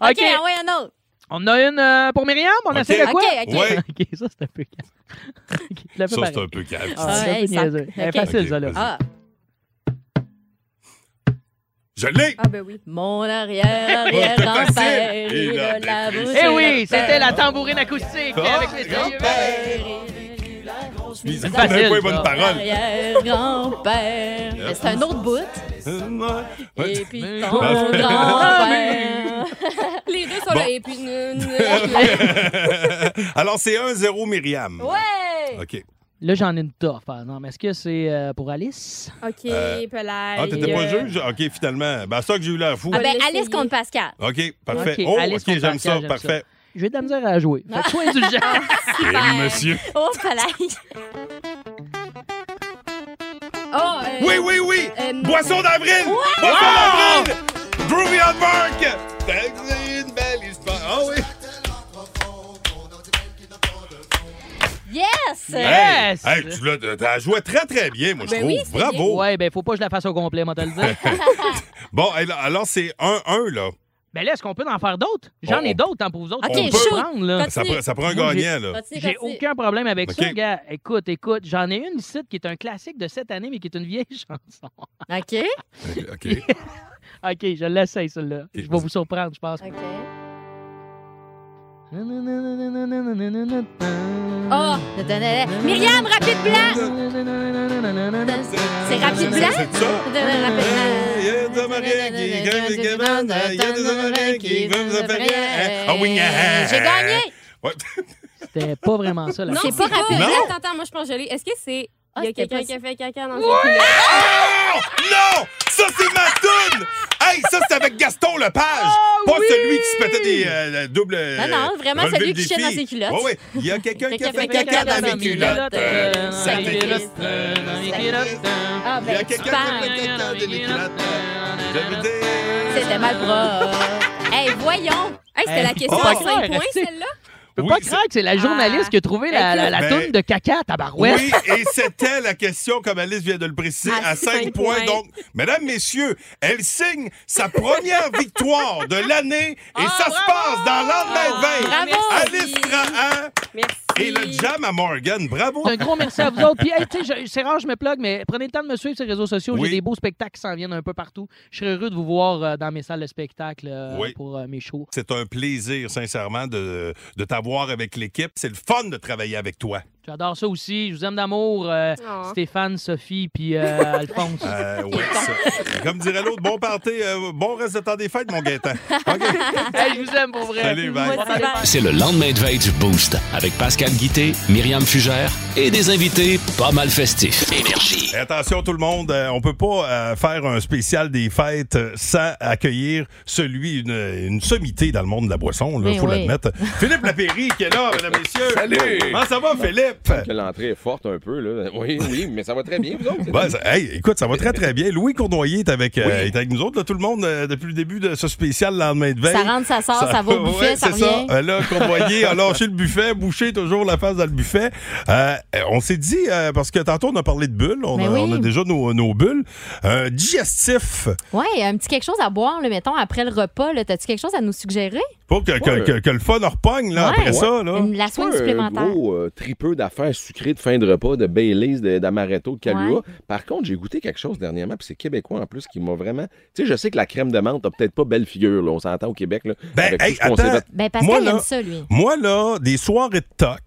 [SPEAKER 3] OK, envoie un autre.
[SPEAKER 12] On a une euh, pour Myriam, on
[SPEAKER 5] Ok.
[SPEAKER 12] essaie de quoi?
[SPEAKER 3] Ok, ok. <laughs>
[SPEAKER 12] <laughs>
[SPEAKER 3] Ouais.
[SPEAKER 12] <laughs> Ok, ça c'est un peu calme. Ok, tu l'as fait
[SPEAKER 5] Ça,
[SPEAKER 12] pareil.
[SPEAKER 5] c'est un peu calme.
[SPEAKER 12] Ah, c'est un
[SPEAKER 3] Hey,
[SPEAKER 12] peu
[SPEAKER 3] ça-
[SPEAKER 12] niaiseux. Elle est
[SPEAKER 3] ok.
[SPEAKER 12] facile, ça, là.
[SPEAKER 3] Ah.
[SPEAKER 5] Je l'ai!
[SPEAKER 17] Ah, ben oui.
[SPEAKER 3] Mon arrière, arrière grand-père, il a Ah, la bouche.
[SPEAKER 12] Eh oui, c'était la
[SPEAKER 3] tambourine.
[SPEAKER 12] tambourine acoustique
[SPEAKER 3] Ah,
[SPEAKER 12] avec les sérieux.
[SPEAKER 5] C'est
[SPEAKER 12] facile,
[SPEAKER 5] même pas les bonnes
[SPEAKER 12] ça.
[SPEAKER 5] paroles.
[SPEAKER 3] Arrière grand-père. Mais C'est un autre bout. Et puis ton
[SPEAKER 5] Parfait.
[SPEAKER 3] <laughs> grand-père.
[SPEAKER 17] Les deux sont
[SPEAKER 5] Bon.
[SPEAKER 17] là. Et puis. nous,
[SPEAKER 15] <laughs>
[SPEAKER 17] nous, nous.
[SPEAKER 3] <laughs>
[SPEAKER 5] <laughs> Alors, c'est 1-0 Myriam.
[SPEAKER 12] Oh,
[SPEAKER 17] ouais!
[SPEAKER 5] OK.
[SPEAKER 12] Là, j'en ai une tough, par exemple. Est-ce que c'est euh, pour Alice?
[SPEAKER 17] OK,
[SPEAKER 5] Euh,
[SPEAKER 17] Pelay.
[SPEAKER 5] Ah, t'étais pas
[SPEAKER 17] euh,
[SPEAKER 5] juge? OK, finalement. Ben, c'est ça que j'ai eu l'air fou.
[SPEAKER 3] Ah ben, Alice contre Pascal.
[SPEAKER 5] OK, parfait.
[SPEAKER 12] Ok,
[SPEAKER 5] oh,
[SPEAKER 12] Alice
[SPEAKER 5] OK,
[SPEAKER 12] contre
[SPEAKER 5] j'aime
[SPEAKER 12] Pascal,
[SPEAKER 5] ça. Parfait.
[SPEAKER 12] J'ai de la misère à jouer. Fait que sois indulgent.
[SPEAKER 5] Et Ah. Eh, monsieur.
[SPEAKER 3] Ah, Oh, Palais.
[SPEAKER 17] Oh, euh,
[SPEAKER 5] Oui, oui, oui!
[SPEAKER 17] euh, non.
[SPEAKER 5] Boisson d'avril!
[SPEAKER 17] Ouais!
[SPEAKER 5] Boisson
[SPEAKER 17] Wow!
[SPEAKER 5] d'avril! Groovy on Park! C'est une belle histoire. Ah oui!
[SPEAKER 3] Yes!
[SPEAKER 5] Hey, Hey, tu l'as- t'as joué très, très bien, <laughs> moi,
[SPEAKER 12] Ben
[SPEAKER 5] je trouve. Bravo!
[SPEAKER 12] Ouais, ben, faut pas que je la fasse au complet, moi, te le dire.
[SPEAKER 5] <laughs> Bon, hey, là, alors, c'est 1-1, là.
[SPEAKER 12] Ben là, est-ce qu'on peut en faire d'autres? J'en
[SPEAKER 5] On-
[SPEAKER 12] ai d'autres, hein, pour vous autres.
[SPEAKER 5] Oh, Ok,
[SPEAKER 12] On peut
[SPEAKER 5] shoot.
[SPEAKER 12] prendre, là.
[SPEAKER 5] Ça Continue. prend- ça prend un
[SPEAKER 12] Moi, j'ai-
[SPEAKER 5] gagnant, là. Continue,
[SPEAKER 12] J'ai
[SPEAKER 5] continue.
[SPEAKER 12] aucun problème avec
[SPEAKER 5] Ok.
[SPEAKER 12] ça, gars. Écoute, écoute, j'en ai une ici qui est un classique de cette année, mais qui est une vieille <laughs> chanson.
[SPEAKER 3] OK.
[SPEAKER 5] <laughs> OK.
[SPEAKER 12] <laughs> OK, je l'essaye, celle-là. Je vais vous surprendre, je pense.
[SPEAKER 3] Oh, da, da, da, da. Myriam, rapide blanc! C'est rapide blanc? Da, da, rapide blanc.
[SPEAKER 5] J'ai
[SPEAKER 18] hein?
[SPEAKER 5] Hein?
[SPEAKER 18] Ah
[SPEAKER 5] Ah
[SPEAKER 17] J'ai gagné!
[SPEAKER 12] C'était pas vraiment ça, la
[SPEAKER 17] Non,
[SPEAKER 12] chanson.
[SPEAKER 17] c'est pas rapide. hein?
[SPEAKER 5] Non.
[SPEAKER 17] Attends, attends, moi je pense que je l'ai. Est-ce que c'est.
[SPEAKER 3] Ah,
[SPEAKER 17] Il y a quelqu'un qui a fait caca dans
[SPEAKER 5] Ah!
[SPEAKER 17] son culotte?
[SPEAKER 5] Non! Ça, c'est ma toune! Hey, ça, c'est avec Gaston Lepage! pas celui qui se pétait des euh, doubles.
[SPEAKER 3] Ah Non, non, vraiment
[SPEAKER 5] relevé
[SPEAKER 3] celui
[SPEAKER 5] le
[SPEAKER 3] qui chie dans
[SPEAKER 5] défi.
[SPEAKER 3] ses culottes.
[SPEAKER 5] Ouais, ouais. Il y a quelqu'un qui a fait caca dans mes culottes. Euh, Ça t'éclate.
[SPEAKER 3] Ah,
[SPEAKER 5] Il y a
[SPEAKER 3] ben, tu
[SPEAKER 5] quelqu'un qui a fait
[SPEAKER 3] parles.
[SPEAKER 5] caca dans mes culottes. Je veux dire-
[SPEAKER 3] C'était mal <laughs> bras. Hey, voyons! Hey, Oh, c'était la
[SPEAKER 12] Hey,
[SPEAKER 3] question
[SPEAKER 12] pas
[SPEAKER 3] à
[SPEAKER 12] clair,
[SPEAKER 3] 5 points,
[SPEAKER 12] restez-
[SPEAKER 3] celle-là?
[SPEAKER 12] Je peux pas croire que c'est la
[SPEAKER 17] Ah.
[SPEAKER 12] journaliste qui a trouvé la, la, la
[SPEAKER 5] Ben-
[SPEAKER 12] toune de caca à tabarouette.
[SPEAKER 5] Oui, et c'était la question, comme Alice vient de le préciser,
[SPEAKER 3] Ah,
[SPEAKER 5] à, 5 points. Donc, mesdames, messieurs, elle signe sa
[SPEAKER 3] <laughs>
[SPEAKER 5] première victoire de l'année et
[SPEAKER 3] Ah,
[SPEAKER 5] ça se passe dans l'an de 20.
[SPEAKER 12] bravo.
[SPEAKER 5] Alice prend un. Et le jam à Morgan. Bravo.
[SPEAKER 12] Un gros merci à vous autres. Puis, hey, tu sais, je- c'est rare, je me plug, mais prenez le temps de me suivre sur les réseaux sociaux.
[SPEAKER 5] Oui.
[SPEAKER 12] J'ai des beaux spectacles qui s'en viennent un peu partout. Je serais heureux de vous voir euh, dans mes salles de spectacle euh,
[SPEAKER 5] Oui.
[SPEAKER 12] pour euh, mes shows.
[SPEAKER 5] C'est un plaisir, sincèrement, de, de t'avoir avec l'équipe. C'est le fun de travailler avec toi.
[SPEAKER 12] J'adore ça aussi. Je vous aime d'amour, euh,
[SPEAKER 5] Oh.
[SPEAKER 12] Stéphane, Sophie, puis euh,
[SPEAKER 5] <laughs>
[SPEAKER 12] Alphonse.
[SPEAKER 5] Euh, ouais, ça. Comme dirait l'autre, bon party, euh, bon reste de temps des fêtes, mon
[SPEAKER 12] <laughs>
[SPEAKER 5] Gaëtan.
[SPEAKER 12] Hey, je vous aime pour vrai.
[SPEAKER 5] Salut, bye.
[SPEAKER 12] Bonne année.
[SPEAKER 4] C'est le lendemain de veille du Boost avec Pascal Guitté, Myriam Fugère et des invités pas mal festifs. Énergie.
[SPEAKER 5] Attention tout le monde, euh, on peut pas euh, faire un spécial des fêtes euh, sans accueillir celui, une, une sommité dans le monde de la boisson, il
[SPEAKER 15] Ben
[SPEAKER 5] faut
[SPEAKER 15] oui.
[SPEAKER 3] <laughs>
[SPEAKER 5] l'admettre. Philippe Lapéry qui est là, mesdames, messieurs.
[SPEAKER 15] Salut.
[SPEAKER 5] Comment ça va, Philippe?
[SPEAKER 19] Que l'entrée est forte un peu, là. Oui, oui, mais ça va très bien, vous autres.
[SPEAKER 5] Ben, ça- hey, écoute, ça va très, très bien. Louis Cournoyer est avec, euh,
[SPEAKER 19] Oui.
[SPEAKER 5] est avec nous autres, là, tout le monde, euh, depuis le début de ce spécial le lendemain de veille.
[SPEAKER 3] Ça rentre, ça sort, ça va au buffet,
[SPEAKER 5] <laughs> ouais,
[SPEAKER 3] ça
[SPEAKER 5] c'est
[SPEAKER 3] revient.
[SPEAKER 5] Euh, là, Cournoyer
[SPEAKER 3] <laughs>
[SPEAKER 5] a lâché le buffet, Boucher toujours la face dans le buffet. Euh, on s'est dit, euh, parce que tantôt, on a parlé de bulles. On,
[SPEAKER 3] Mais
[SPEAKER 5] a,
[SPEAKER 3] Ben oui.
[SPEAKER 5] on a déjà nos, nos bulles. Euh, digestif.
[SPEAKER 3] Ouais, un petit quelque chose à boire, là, mettons, après le repas. là. T'as-tu quelque chose à nous suggérer?
[SPEAKER 5] Pour que, que-
[SPEAKER 19] Ouais.
[SPEAKER 5] que- que le fun repogne, là, après ça, là.
[SPEAKER 3] Une- la
[SPEAKER 19] C'est pas
[SPEAKER 3] soin supplémentaire.
[SPEAKER 19] Un gros euh, tripeux d'affaires sucrées de fin de repas, de Baileys, de- d'amaretto, de Kahlua.
[SPEAKER 3] Ouais.
[SPEAKER 19] Par contre, j'ai goûté quelque chose dernièrement, puis c'est québécois en plus qui m'a vraiment. Tu sais, je sais que la crème de menthe n'a peut-être pas belle figure, là. On s'entend au Québec, là. avec
[SPEAKER 5] Hey,
[SPEAKER 19] tout ce qu'on s'est
[SPEAKER 5] attends.
[SPEAKER 19] fait.
[SPEAKER 3] Ben, Pascal
[SPEAKER 5] Moi,
[SPEAKER 3] aime
[SPEAKER 5] là-
[SPEAKER 3] ça, lui.
[SPEAKER 5] Moi, là, des soirées de toc.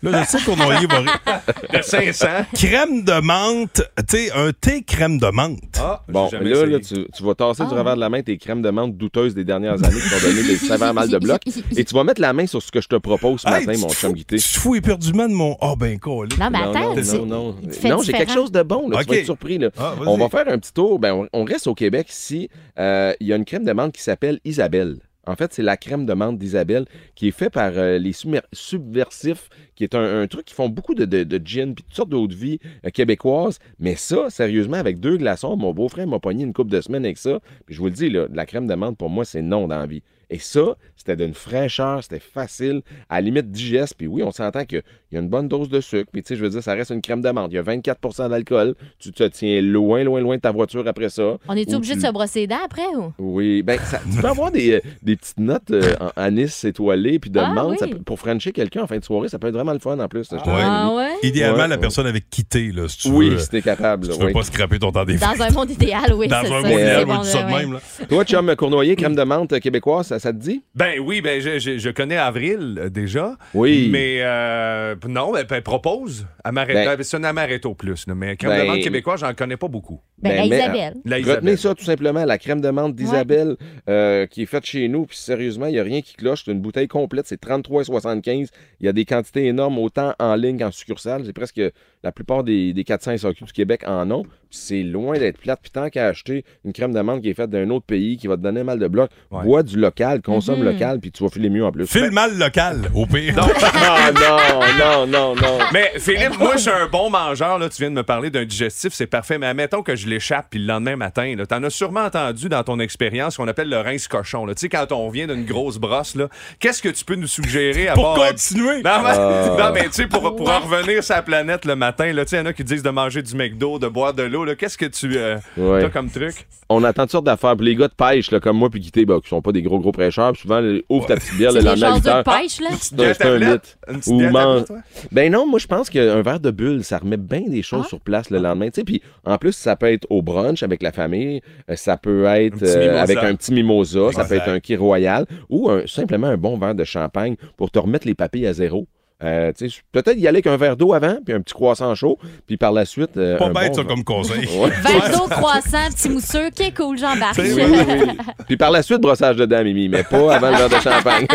[SPEAKER 5] Là, je sais qu'on va y voir.
[SPEAKER 19] <laughs> De 500.
[SPEAKER 5] Crème de menthe. Tu sais, un thé crème de menthe.
[SPEAKER 19] Ah, Bon,
[SPEAKER 5] jamais
[SPEAKER 19] là,
[SPEAKER 5] essayé.
[SPEAKER 19] là, tu, tu vas tasser du
[SPEAKER 5] Ah.
[SPEAKER 19] revers de la main tes crèmes de menthe douteuses des dernières années qui t'ont donné des sévères mal de bloc. Et tu vas mettre la main sur ce que je te propose ce
[SPEAKER 5] Hey,
[SPEAKER 19] matin,
[SPEAKER 5] tu
[SPEAKER 19] mon
[SPEAKER 5] te
[SPEAKER 19] chum
[SPEAKER 5] fous-
[SPEAKER 19] Guité.
[SPEAKER 5] Tu te fous éperdument de mon. Ah, ben, collé.
[SPEAKER 3] Non, mais
[SPEAKER 19] Non,
[SPEAKER 3] attends,
[SPEAKER 19] non,
[SPEAKER 3] tu-
[SPEAKER 19] non, non.
[SPEAKER 3] il te fait
[SPEAKER 19] Non, j'ai
[SPEAKER 3] différent.
[SPEAKER 19] quelque chose de bon. Là. Tu
[SPEAKER 5] Ok.
[SPEAKER 19] vas être surpris. Là.
[SPEAKER 5] Ah, vas-y.
[SPEAKER 19] on va faire un petit tour. Ben, on, on reste au Québec ici. Euh, Il y a une crème de menthe qui s'appelle Isabelle. En fait, c'est la crème de menthe d'Isabelle qui est faite par euh, les Submer- subversifs, qui est un, un truc qui font beaucoup de, de, de gin puis toutes sortes d'eau de vie euh, québécoises. Mais ça, sérieusement, avec deux glaçons, mon beau-frère m'a pogné une coupe de semaines avec ça. Puis je vous le dis, là, de la crème de menthe, pour moi, c'est non dans la vie. Et ça, c'était d'une fraîcheur, c'était facile, à la limite digeste. Puis oui, on s'entend qu'il y a une bonne dose de sucre. Puis tu sais, je veux dire, ça reste une crème d'amande. Il y a 24 d'alcool. Tu te tiens loin, loin, loin de ta voiture après ça.
[SPEAKER 3] On est-tu
[SPEAKER 19] Ou
[SPEAKER 3] obligé
[SPEAKER 19] tu-
[SPEAKER 3] de se brosser les dents après ou?
[SPEAKER 19] oui, ben ça, tu peux avoir des, euh, des petites notes euh, en anis étoilé puis de
[SPEAKER 3] Ah,
[SPEAKER 19] menthe.
[SPEAKER 3] oui. Ah
[SPEAKER 19] Ça peut- pour franchir quelqu'un en fin de soirée, ça peut être vraiment le fun en plus. là, je te
[SPEAKER 5] Ouais.
[SPEAKER 19] le dis.
[SPEAKER 5] Idéalement,
[SPEAKER 19] Ouais,
[SPEAKER 5] la
[SPEAKER 19] ouais.
[SPEAKER 5] personne avec quitté, là, si tu
[SPEAKER 19] Oui,
[SPEAKER 5] veux.
[SPEAKER 19] si t'es capable.
[SPEAKER 5] Si tu
[SPEAKER 19] là,
[SPEAKER 5] veux
[SPEAKER 19] oui.
[SPEAKER 5] pas scraper ton temps des
[SPEAKER 3] Dans un monde idéal, oui,
[SPEAKER 5] Dans
[SPEAKER 3] c'est
[SPEAKER 5] un
[SPEAKER 3] ça.
[SPEAKER 5] monde
[SPEAKER 3] c'est
[SPEAKER 5] idéal,
[SPEAKER 3] bon,
[SPEAKER 5] on dit ça de
[SPEAKER 3] ouais.
[SPEAKER 5] même, là.
[SPEAKER 19] Toi, chum Cournoyer, crème de menthe québécoise, ça, ça te dit?
[SPEAKER 15] Ben oui, ben je, je- je connais Avril euh, déjà.
[SPEAKER 19] Oui.
[SPEAKER 15] Mais euh, non, ben, ben, propose. Amaretto.
[SPEAKER 19] Ben-
[SPEAKER 15] c'est un amaretto plus, là, mais crème
[SPEAKER 19] Ben-
[SPEAKER 15] de menthe québécois, j'en connais pas beaucoup.
[SPEAKER 19] mais, euh,
[SPEAKER 15] La
[SPEAKER 19] Retenez
[SPEAKER 15] Ben, Isabelle.
[SPEAKER 19] ça tout simplement, la crème de menthe d'Isabelle euh, qui est faite chez nous. Puis sérieusement, il n'y a rien qui cloche. C'est une bouteille complète, c'est 33,75. Il y a des quantités énormes, autant en ligne qu'en succursale. C'est presque la plupart des, des 400 SAQ du Québec en ont. Puis c'est loin d'être plate. Puis tant qu'à acheter une crème de menthe qui est faite d'un autre pays, qui va te donner mal de bloc, bois du local, consomme
[SPEAKER 5] Mhm.
[SPEAKER 19] local, puis tu vas filer mieux en plus.
[SPEAKER 5] File mal local, au pire. Non,
[SPEAKER 19] <laughs> non, non, non, non.
[SPEAKER 15] Mais Philippe, moi, je suis un bon mangeur. Là, tu viens de me parler d'un digestif, c'est parfait. Mais admettons que je l'échappe, puis le lendemain matin, là, t'en as sûrement entendu dans ton expérience ce qu'on appelle le rince cochon. là. Tu sais, quand on vient d'une grosse brosse, là, qu'est-ce que tu peux nous suggérer à
[SPEAKER 5] Pour
[SPEAKER 15] part-
[SPEAKER 5] continuer.
[SPEAKER 15] Non, mais,
[SPEAKER 5] Ah.
[SPEAKER 19] Euh.
[SPEAKER 15] non, mais tu sais, pour, pour en revenir sur la planète le matin, là, tu sais, il y en a qui disent de manger du McDo, de boire de l'eau. là. Qu'est-ce que tu euh,
[SPEAKER 19] Ouais.
[SPEAKER 15] t'as comme truc?
[SPEAKER 19] On attend toutes sortes d'affaires. Puis les gars de pêche, là, comme moi, puis Guité, bah, qui sont pas des gros, gros prêcheurs, puis souvent, les- ouvre ta petite bière le
[SPEAKER 3] C'est des
[SPEAKER 19] lendemain à
[SPEAKER 3] genres
[SPEAKER 19] 8
[SPEAKER 3] de
[SPEAKER 19] heures.
[SPEAKER 3] pêche, là?
[SPEAKER 19] C'est un- c'est un mythe.
[SPEAKER 15] Une petite
[SPEAKER 19] Ou
[SPEAKER 15] bière
[SPEAKER 19] man-
[SPEAKER 15] tablette,
[SPEAKER 19] Ben non, moi, je pense
[SPEAKER 3] Ah
[SPEAKER 19] qu'un verre de bulle, ça remet bien des choses sur place le lendemain. Tu sais, puis en plus, ça peut être au brunch avec la famille, euh, ça peut être
[SPEAKER 5] petit
[SPEAKER 19] euh,
[SPEAKER 5] mimosa.
[SPEAKER 19] avec un petit mimosa, ça peut
[SPEAKER 5] Exact.
[SPEAKER 19] être un qui royal ou un- simplement un bon verre de champagne pour te remettre les papilles à zéro. Euh, tu sais, Peut-être y aller avec un verre d'eau avant, puis un petit croissant chaud, puis par la suite. euh,
[SPEAKER 5] Pas
[SPEAKER 19] un
[SPEAKER 5] bête,
[SPEAKER 19] bon
[SPEAKER 5] ça,
[SPEAKER 19] verre-
[SPEAKER 5] comme conseil.
[SPEAKER 19] <laughs> Ouais.
[SPEAKER 3] Verre d'eau, croissant, petit mousseux, qui est cool, j'embarque.
[SPEAKER 19] Oui, oui, oui. Puis par la suite, brossage de dents, Mimi, mais pas avant le verre de champagne.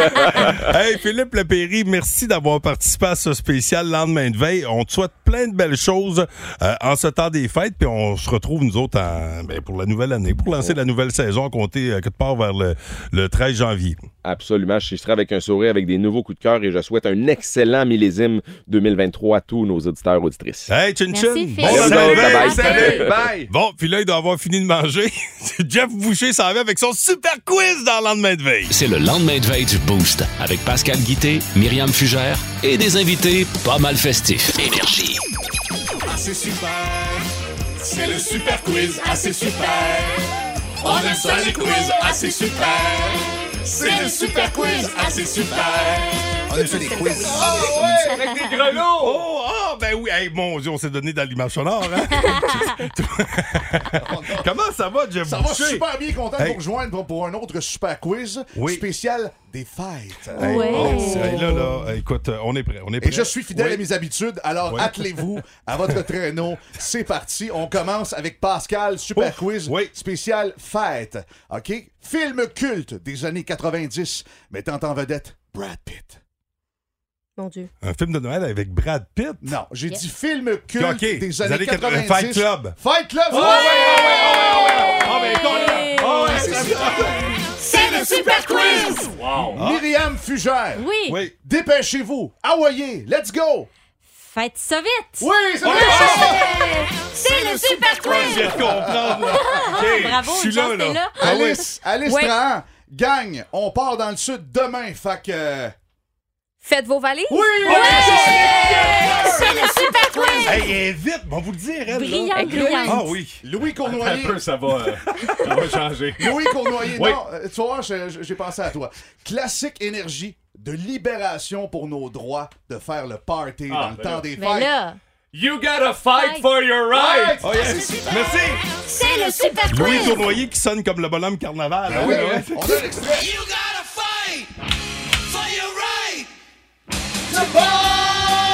[SPEAKER 5] hey, Philippe Lepéry, merci d'avoir participé à ce spécial lendemain de veille. On te souhaite plein de belles choses euh, en ce temps des fêtes, puis on se retrouve, nous autres, en- ben, pour la nouvelle année, pour lancer la nouvelle saison, à compter euh, quelque part vers le, <laughs> le 13 janvier.
[SPEAKER 19] Absolument, je serai avec un sourire, avec des nouveaux coups de cœur et je souhaite un excellent millésime 2023 à tous nos auditeurs auditrices.
[SPEAKER 5] Hey, chin chin!
[SPEAKER 19] Phil.
[SPEAKER 5] Bon
[SPEAKER 19] Merci,
[SPEAKER 5] lendemain de
[SPEAKER 19] bye
[SPEAKER 5] veille.
[SPEAKER 19] bye. Salut,
[SPEAKER 15] bye!
[SPEAKER 5] Bon, puis là, il doit avoir fini de manger. <laughs> Jeff Boucher s'en va avec son super quiz dans le lendemain de veille.
[SPEAKER 4] C'est le lendemain de veille du Boost avec Pascal Guité, Myriam Fugère et des invités pas mal festifs. Énergie.
[SPEAKER 18] Ah, c'est super. C'est le super quiz, ah c'est super. On aime ça les quiz, ah c'est super. C'est le super quiz, ah c'est super. Ah,
[SPEAKER 5] On a fait des quiz.
[SPEAKER 15] Ah, avec des grelots!
[SPEAKER 5] Oh, ah, ben oui! Hey, mon Dieu, on s'est donné dans l'image sonore, hein? Comment ça va, Jeff
[SPEAKER 16] Ça va
[SPEAKER 5] Boucher?
[SPEAKER 16] super bien, content de
[SPEAKER 5] Hey.
[SPEAKER 16] vous rejoindre pour- pour un autre super quiz
[SPEAKER 5] Oui.
[SPEAKER 16] spécial des fêtes.
[SPEAKER 5] Hey, on- hey, là, là, écoute, euh, on est prêt. On est prêt.
[SPEAKER 16] Et je suis fidèle
[SPEAKER 5] Oui.
[SPEAKER 16] à mes habitudes, alors
[SPEAKER 5] Oui.
[SPEAKER 16] attelez-vous
[SPEAKER 5] <laughs>
[SPEAKER 16] à votre traîneau. C'est parti. On commence avec Pascal, super quiz spécial fête. OK? Film culte des années 90, mettant en vedette Brad Pitt.
[SPEAKER 17] Mon Dieu.
[SPEAKER 5] Un film de Noël avec Brad Pitt?
[SPEAKER 16] Non, j'ai dit film culte
[SPEAKER 5] Ok,
[SPEAKER 16] des
[SPEAKER 5] des
[SPEAKER 16] années,
[SPEAKER 5] années
[SPEAKER 16] 90.
[SPEAKER 5] Fight Club. Ah,
[SPEAKER 16] Fight Club!
[SPEAKER 18] Ouais!
[SPEAKER 16] ouais,
[SPEAKER 18] Ouais!
[SPEAKER 16] Oh, ouais,
[SPEAKER 18] C'est
[SPEAKER 16] c'est
[SPEAKER 18] super. C'est le super quiz. Wow.
[SPEAKER 16] Myriam Fugère.
[SPEAKER 3] Oui.
[SPEAKER 5] Ah. Oui.
[SPEAKER 16] Dépêchez-vous. Hawaïe, let's go.
[SPEAKER 3] faites ça vite! Hein?
[SPEAKER 16] Oui,
[SPEAKER 18] c'est vrai!
[SPEAKER 3] Ouais! C'est le super
[SPEAKER 18] quiz! Je viens de comprendre, là.
[SPEAKER 16] OK,
[SPEAKER 3] Bravo,
[SPEAKER 16] je suis
[SPEAKER 3] Jean,
[SPEAKER 16] là, là.
[SPEAKER 3] t'es là.
[SPEAKER 16] Alice, Alice
[SPEAKER 20] Ouais.
[SPEAKER 16] Trahan, gang, on part dans le sud demain, fait que...
[SPEAKER 20] Faites vos valises. Oui!
[SPEAKER 18] C'est le super quiz!
[SPEAKER 5] Hey, elle est vite, on va vous le dire, elle. là.
[SPEAKER 18] Brillant,
[SPEAKER 5] Hey,
[SPEAKER 18] brillant.
[SPEAKER 5] Ah oui.
[SPEAKER 16] Louis Cournoyer.
[SPEAKER 15] Un peu, ça va, euh, ça va changer.
[SPEAKER 16] <laughs> Louis Cournoyer,
[SPEAKER 15] Oui.
[SPEAKER 16] non, euh, tu vois, je- je- j'ai pensé à toi. Classique énergie de libération pour nos droits de faire le party
[SPEAKER 15] Ah,
[SPEAKER 16] dans le
[SPEAKER 15] ben
[SPEAKER 16] temps
[SPEAKER 15] là.
[SPEAKER 16] des
[SPEAKER 15] Mais
[SPEAKER 16] fêtes.
[SPEAKER 15] là. You gotta fight for your right!
[SPEAKER 16] Oh, yes.
[SPEAKER 5] Merci.
[SPEAKER 18] C'est le super
[SPEAKER 5] Louis Tournoyer qui sonne comme le bonhomme carnaval.
[SPEAKER 18] Ben
[SPEAKER 5] hein,
[SPEAKER 18] oui,
[SPEAKER 5] ouais.
[SPEAKER 18] on a l'extrait. You gotta fight for your right to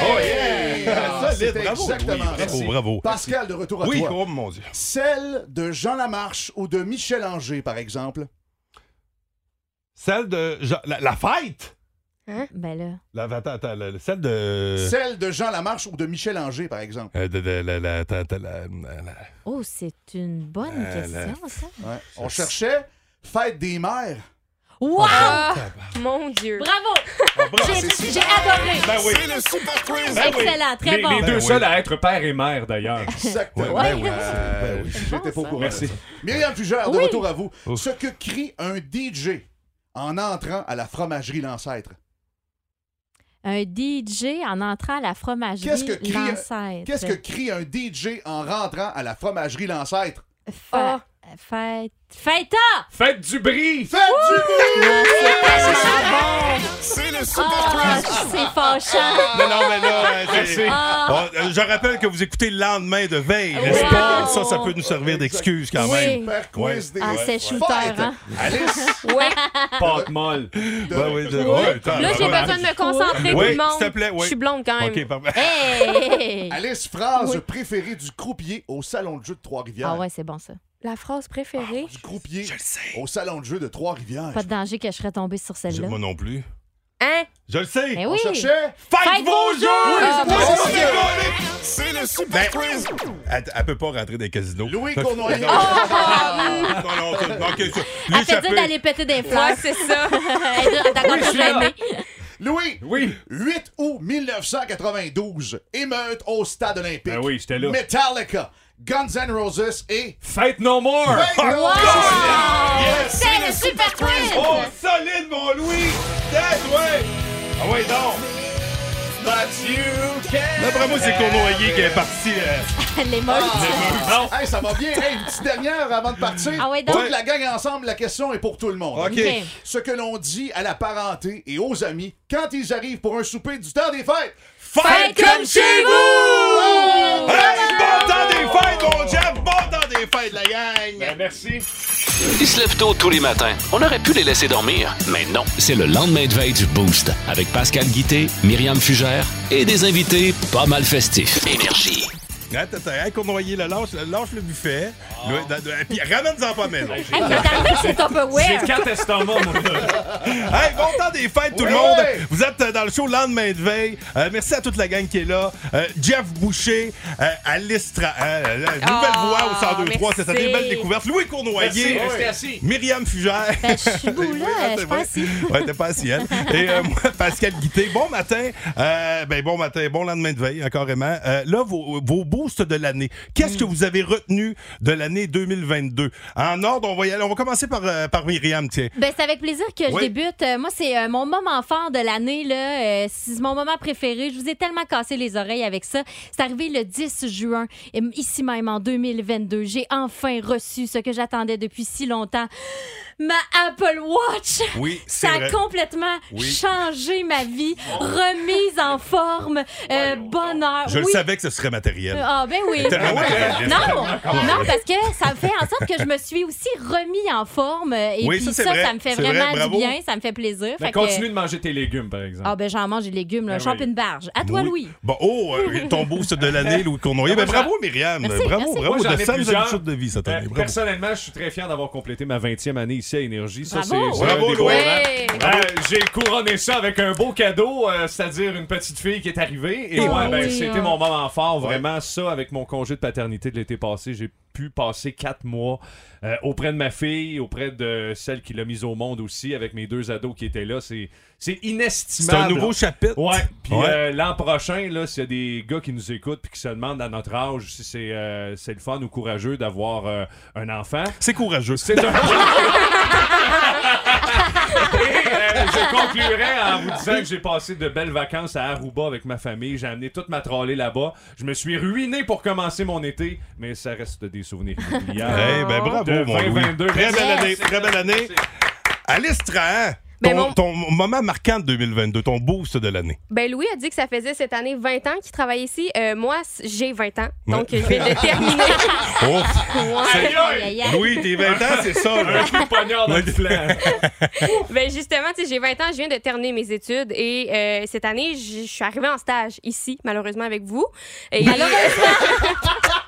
[SPEAKER 16] Oh,
[SPEAKER 18] yeah!
[SPEAKER 16] Ah,
[SPEAKER 5] Solide,
[SPEAKER 16] c'était
[SPEAKER 5] bravo,
[SPEAKER 16] exactement
[SPEAKER 5] Louis, bravo,
[SPEAKER 16] ça.
[SPEAKER 5] bravo.
[SPEAKER 16] Pascal, de retour à
[SPEAKER 5] Oui,
[SPEAKER 16] toi.
[SPEAKER 5] oh mon Dieu.
[SPEAKER 16] Celle de Jean Lamarche ou de Michel Anger, par exemple.
[SPEAKER 5] Celle de. Jean- La, la fête!
[SPEAKER 3] Ben là.
[SPEAKER 5] La, attends, attends, la- la- celle
[SPEAKER 3] Euh.
[SPEAKER 5] de.
[SPEAKER 16] Celle de Jean Lamarche ou de Michel Anger, par exemple.
[SPEAKER 5] Euh, de, de- la, la- attends, attends, la- la- la-
[SPEAKER 3] Oh, c'est une bonne
[SPEAKER 5] Euh,
[SPEAKER 3] question,
[SPEAKER 5] la-
[SPEAKER 3] ça.
[SPEAKER 16] Ouais. On cherchait Fête des mères. Ah,
[SPEAKER 3] Wow!
[SPEAKER 15] Ah,
[SPEAKER 3] Ah,
[SPEAKER 20] Mon Dieu.
[SPEAKER 3] Bravo! J'ai j'ai adoré.
[SPEAKER 15] Ben oui.
[SPEAKER 3] C'est le super quiz.
[SPEAKER 15] Ben oui.
[SPEAKER 3] Excellent, très
[SPEAKER 15] les,
[SPEAKER 3] bon.
[SPEAKER 15] Les deux
[SPEAKER 16] Ben oui.
[SPEAKER 15] seuls à être père et mère, d'ailleurs.
[SPEAKER 16] Exactement.
[SPEAKER 15] Ouais, ben oui.
[SPEAKER 16] Euh, J'étais pas au courant.
[SPEAKER 15] Merci.
[SPEAKER 16] de ça. Myriam Fugère, de
[SPEAKER 15] Oui.
[SPEAKER 16] retour à vous. Ce que crie un DJ en entrant à la fromagerie L'Ancêtre.
[SPEAKER 3] Un DJ en entrant à la fromagerie
[SPEAKER 16] Qu'est-ce que crie euh,
[SPEAKER 3] l'ancêtre.
[SPEAKER 16] Qu'est-ce que crie un DJ en rentrant à la fromagerie L'Ancêtre?
[SPEAKER 3] Fa- Fête. Fête!
[SPEAKER 15] Faites du bris!
[SPEAKER 16] Faites du
[SPEAKER 3] bris!
[SPEAKER 18] C'est le
[SPEAKER 16] Oh,
[SPEAKER 3] Ah, c'est fâchant.
[SPEAKER 5] Non, non, mais là, euh, c'est-
[SPEAKER 3] Ah.
[SPEAKER 5] Bon, euh, je rappelle que vous écoutez le lendemain de veille, n'est-ce
[SPEAKER 3] Oui.
[SPEAKER 5] pas? Ça, ça peut nous servir d'excuse quand même.
[SPEAKER 16] Super quiz
[SPEAKER 5] Ouais.
[SPEAKER 16] des
[SPEAKER 3] Ah,
[SPEAKER 16] ouais,
[SPEAKER 3] c'est
[SPEAKER 16] ouais.
[SPEAKER 3] shooter,
[SPEAKER 16] Fête.
[SPEAKER 3] hein?
[SPEAKER 16] Alice,
[SPEAKER 20] Ouais.
[SPEAKER 15] Pâte molle.
[SPEAKER 5] Ben oui, Ah. de-
[SPEAKER 20] Oui.
[SPEAKER 5] ouais, attends,
[SPEAKER 20] Là, j'ai
[SPEAKER 5] ouais.
[SPEAKER 20] besoin de me
[SPEAKER 5] Oui,
[SPEAKER 20] concentrer, tout le monde.
[SPEAKER 5] s'il te plaît, oui.
[SPEAKER 20] Je suis blonde quand même.
[SPEAKER 5] OK,
[SPEAKER 20] <laughs>
[SPEAKER 5] parfait.
[SPEAKER 16] Alice, phrase
[SPEAKER 20] Oui.
[SPEAKER 16] préférée du croupier au salon de jeu de Trois-Rivières.
[SPEAKER 3] Ah ouais, c'est bon ça.
[SPEAKER 20] La phrase préférée.
[SPEAKER 16] Croupier au salon de jeu de Trois-Rivières.
[SPEAKER 3] Pas de danger que je serais tombée sur celle-là.
[SPEAKER 5] Moi non plus.
[SPEAKER 20] Hein?
[SPEAKER 5] Je le sais!
[SPEAKER 3] Ben oui.
[SPEAKER 5] On cherchait-
[SPEAKER 3] Faites,
[SPEAKER 5] vos jeux!
[SPEAKER 3] Ah,
[SPEAKER 5] Oui,
[SPEAKER 3] bravo.
[SPEAKER 5] c'est
[SPEAKER 18] C'est le
[SPEAKER 5] Ben, elle, elle peut pas rentrer dans les casinos.
[SPEAKER 16] Louis
[SPEAKER 5] Cournoyer.
[SPEAKER 3] Ah!
[SPEAKER 5] Non, non, non, ok, ça-
[SPEAKER 3] Elle fait
[SPEAKER 5] l'échappée.
[SPEAKER 3] dire d'aller péter des fleurs.
[SPEAKER 20] Ouais, c'est
[SPEAKER 3] <laughs>
[SPEAKER 20] ça.
[SPEAKER 3] Elle dit, D'accord,
[SPEAKER 16] Oui, je
[SPEAKER 3] t'as
[SPEAKER 16] suis là.
[SPEAKER 3] gêné.
[SPEAKER 16] Louis! 8 août 1992, émeute au stade olympique.
[SPEAKER 15] Ben oui, j'étais là.
[SPEAKER 16] Metallica, Guns N' Roses et...
[SPEAKER 15] Faites no more!
[SPEAKER 16] Faites no more!
[SPEAKER 18] C'est le super quiz!
[SPEAKER 5] Oh, solide, mon Louis! Tête, ouais! Ah ouais, non! D'après moi, c'est Cournoyer qui est parti. euh,
[SPEAKER 3] Les
[SPEAKER 16] Ah,
[SPEAKER 3] morts.
[SPEAKER 5] l'émeute.
[SPEAKER 16] hey, ça va bien. Hey, une petite dernière avant de partir.
[SPEAKER 3] Ah ouais, donc?
[SPEAKER 16] Toute
[SPEAKER 3] Ouais.
[SPEAKER 16] la gang ensemble, la question est pour tout le monde.
[SPEAKER 5] OK. OK.
[SPEAKER 16] Ce que l'on dit à la parenté et aux amis quand ils arrivent pour un souper du temps des fêtes.
[SPEAKER 5] Faites comme chez
[SPEAKER 16] vous!
[SPEAKER 5] Hey, bon temps
[SPEAKER 16] Oh.
[SPEAKER 5] des fêtes, mon Jeff! Bon temps des fêtes, la gang!
[SPEAKER 15] Ben,
[SPEAKER 5] <laughs>
[SPEAKER 15] merci.
[SPEAKER 4] Ils se lèvent tôt tous les matins. On aurait pu les laisser dormir, mais non. C'est le lendemain de veille du Boost avec Pascal Guitté, Myriam Fugère et des invités pas mal festifs. Énergie.
[SPEAKER 5] Attends, attends, hey, hein, Cournoyer, là, lâche, lâche le buffet.
[SPEAKER 15] Ah.
[SPEAKER 5] Là, dans- dans- Puis ramène-en pas maison.
[SPEAKER 3] Hey, mais t'as vu que c'est Tupperware.
[SPEAKER 15] estomacs, mon
[SPEAKER 5] <laughs> Hey, bon temps des fêtes, tout le
[SPEAKER 15] Ouais.
[SPEAKER 5] monde. Vous êtes euh, dans le show lendemain de veille. Euh, merci à toute la gang qui est là. Euh, Jeff Boucher, euh, Alice Tra- euh, euh, nouvelle
[SPEAKER 15] Ah,
[SPEAKER 5] voix au 102.3 cette année.
[SPEAKER 15] merci.
[SPEAKER 5] Belle découverte. Louis Cournoyer.
[SPEAKER 15] Merci, restez assis.
[SPEAKER 5] Myriam Fugère.
[SPEAKER 3] Ben, je suis debout, là,
[SPEAKER 5] c'est
[SPEAKER 3] je
[SPEAKER 5] vrai.
[SPEAKER 3] suis pas assis.
[SPEAKER 5] Ouais, t'es pas assis, hein. Et euh, moi, Pascal Guité, bon matin. Euh, ben, bon matin, bon lendemain de veille, hein, carrément. Euh, là, vos, vos boosts de l'année. Qu'est-ce
[SPEAKER 3] Hmm.
[SPEAKER 5] que vous avez retenu de l'année 2022? En ordre, on va y aller. On va commencer par, euh, par Myriam, tiens.
[SPEAKER 3] Ben, c'est avec plaisir que
[SPEAKER 5] Oui.
[SPEAKER 3] je débute. Euh, moi, c'est euh, mon moment fort de l'année. là. Euh, c'est mon moment préféré. Je vous ai tellement cassé les oreilles avec ça. C'est arrivé le 10 juin, et m- ici même en 2022. J'ai enfin reçu ce que j'attendais depuis si longtemps. Ma Apple Watch!
[SPEAKER 5] Oui, c'est
[SPEAKER 3] Ça a
[SPEAKER 5] vrai.
[SPEAKER 3] complètement
[SPEAKER 5] Oui.
[SPEAKER 3] changé ma vie. Remise en forme, euh, bonheur.
[SPEAKER 5] Je le
[SPEAKER 3] Oui,
[SPEAKER 5] savais que ce serait matériel.
[SPEAKER 3] Ah, ben oui.
[SPEAKER 5] T'es vraiment matérialiste.
[SPEAKER 3] Non, non, parce que ça fait en sorte que je me suis aussi remis en forme. euh, Et
[SPEAKER 15] Oui,
[SPEAKER 3] puis
[SPEAKER 15] ça,
[SPEAKER 3] ça,
[SPEAKER 15] c'est
[SPEAKER 3] ça,
[SPEAKER 15] vrai.
[SPEAKER 3] me fait
[SPEAKER 15] C'est vrai,
[SPEAKER 3] vraiment
[SPEAKER 15] bravo.
[SPEAKER 3] du bien, ça me fait plaisir.
[SPEAKER 15] Mais
[SPEAKER 3] Fait
[SPEAKER 15] continue
[SPEAKER 3] que-
[SPEAKER 15] de manger tes légumes, par exemple.
[SPEAKER 3] Ah, ben j'en mange des légumes, là.
[SPEAKER 15] Ben
[SPEAKER 3] J'en
[SPEAKER 15] oui.
[SPEAKER 3] une barge. À toi,
[SPEAKER 5] Oui.
[SPEAKER 3] Louis.
[SPEAKER 5] Bon, oh, euh,
[SPEAKER 3] <laughs>
[SPEAKER 5] ton boost de l'année, Louis Cournoyer. Ben,
[SPEAKER 15] Non, moi,
[SPEAKER 5] bravo, Myriam.
[SPEAKER 3] Merci,
[SPEAKER 5] bravo,
[SPEAKER 3] merci.
[SPEAKER 5] bravo.
[SPEAKER 15] Moi, j'en
[SPEAKER 5] de
[SPEAKER 15] ai
[SPEAKER 5] saines
[SPEAKER 15] plusieurs.
[SPEAKER 5] habitudes de vie cette année.
[SPEAKER 15] Euh,
[SPEAKER 5] Bravo.
[SPEAKER 15] Personnellement, je suis très fier d'avoir complété ma 20e année ici à Énergie. Ça, c'est
[SPEAKER 3] Bravo.
[SPEAKER 15] c'est un
[SPEAKER 5] Bravo,
[SPEAKER 15] des
[SPEAKER 5] Louis.
[SPEAKER 15] gros moments.
[SPEAKER 3] Ouais.
[SPEAKER 15] Euh, J'ai couronné ça avec un beau cadeau, euh, c'est-à-dire une petite fille qui est arrivée. Et
[SPEAKER 3] Ah
[SPEAKER 15] ouais, ben,
[SPEAKER 3] oui,
[SPEAKER 15] c'était
[SPEAKER 3] hein.
[SPEAKER 15] mon moment fort, vraiment. Ça, avec mon congé de paternité de l'été passé, j'ai pu passer quatre mois euh, auprès de ma fille, auprès de celle qui l'a mise au monde aussi, avec mes deux ados qui étaient là. C'est c'est inestimable.
[SPEAKER 5] C'est un nouveau chapitre.
[SPEAKER 15] Ouais. Puis
[SPEAKER 5] Ouais.
[SPEAKER 15] euh, l'an prochain, là, s'il y a des gars qui nous écoutent puis qui se demandent à notre âge si c'est euh, c'est le fun ou courageux d'avoir euh, un enfant.
[SPEAKER 5] C'est courageux.
[SPEAKER 15] C'est un. Euh, <laughs> je conclurai en vous disant que j'ai passé de belles vacances à Aruba avec ma famille. J'ai amené toute ma trolley là-bas. Je me suis ruiné pour commencer mon été, mais ça reste des
[SPEAKER 5] <laughs>
[SPEAKER 15] souvenirs inoubliables.
[SPEAKER 5] Eh ben bravo,
[SPEAKER 15] de
[SPEAKER 5] mon Louis.
[SPEAKER 15] 2022.
[SPEAKER 5] Très belle
[SPEAKER 15] Merci.
[SPEAKER 5] année, très belle année. Alice Trahan,
[SPEAKER 20] Mais
[SPEAKER 5] ton,
[SPEAKER 20] Ben, mon-
[SPEAKER 5] ton moment marquant de 2022, ton boost de l'année.
[SPEAKER 20] Ben Louis a dit que ça faisait cette année 20 ans qu'il travaillait ici. Euh, moi, c- j'ai 20 ans. Donc,
[SPEAKER 5] Ouais.
[SPEAKER 20] je viens de
[SPEAKER 5] <laughs>
[SPEAKER 20] terminer.
[SPEAKER 5] Ouf.
[SPEAKER 20] Ouais. Aïe, aïe, aïe.
[SPEAKER 5] Oh, Louis, tes 20 ans, c'est ça. là.
[SPEAKER 20] Un coup de
[SPEAKER 15] poignard
[SPEAKER 20] dans le
[SPEAKER 5] flanc.
[SPEAKER 20] ben justement, tu sais, j'ai 20 ans, je viens de terminer mes études et euh, cette année, j- je suis arrivée en stage ici, malheureusement, avec vous. Et <laughs>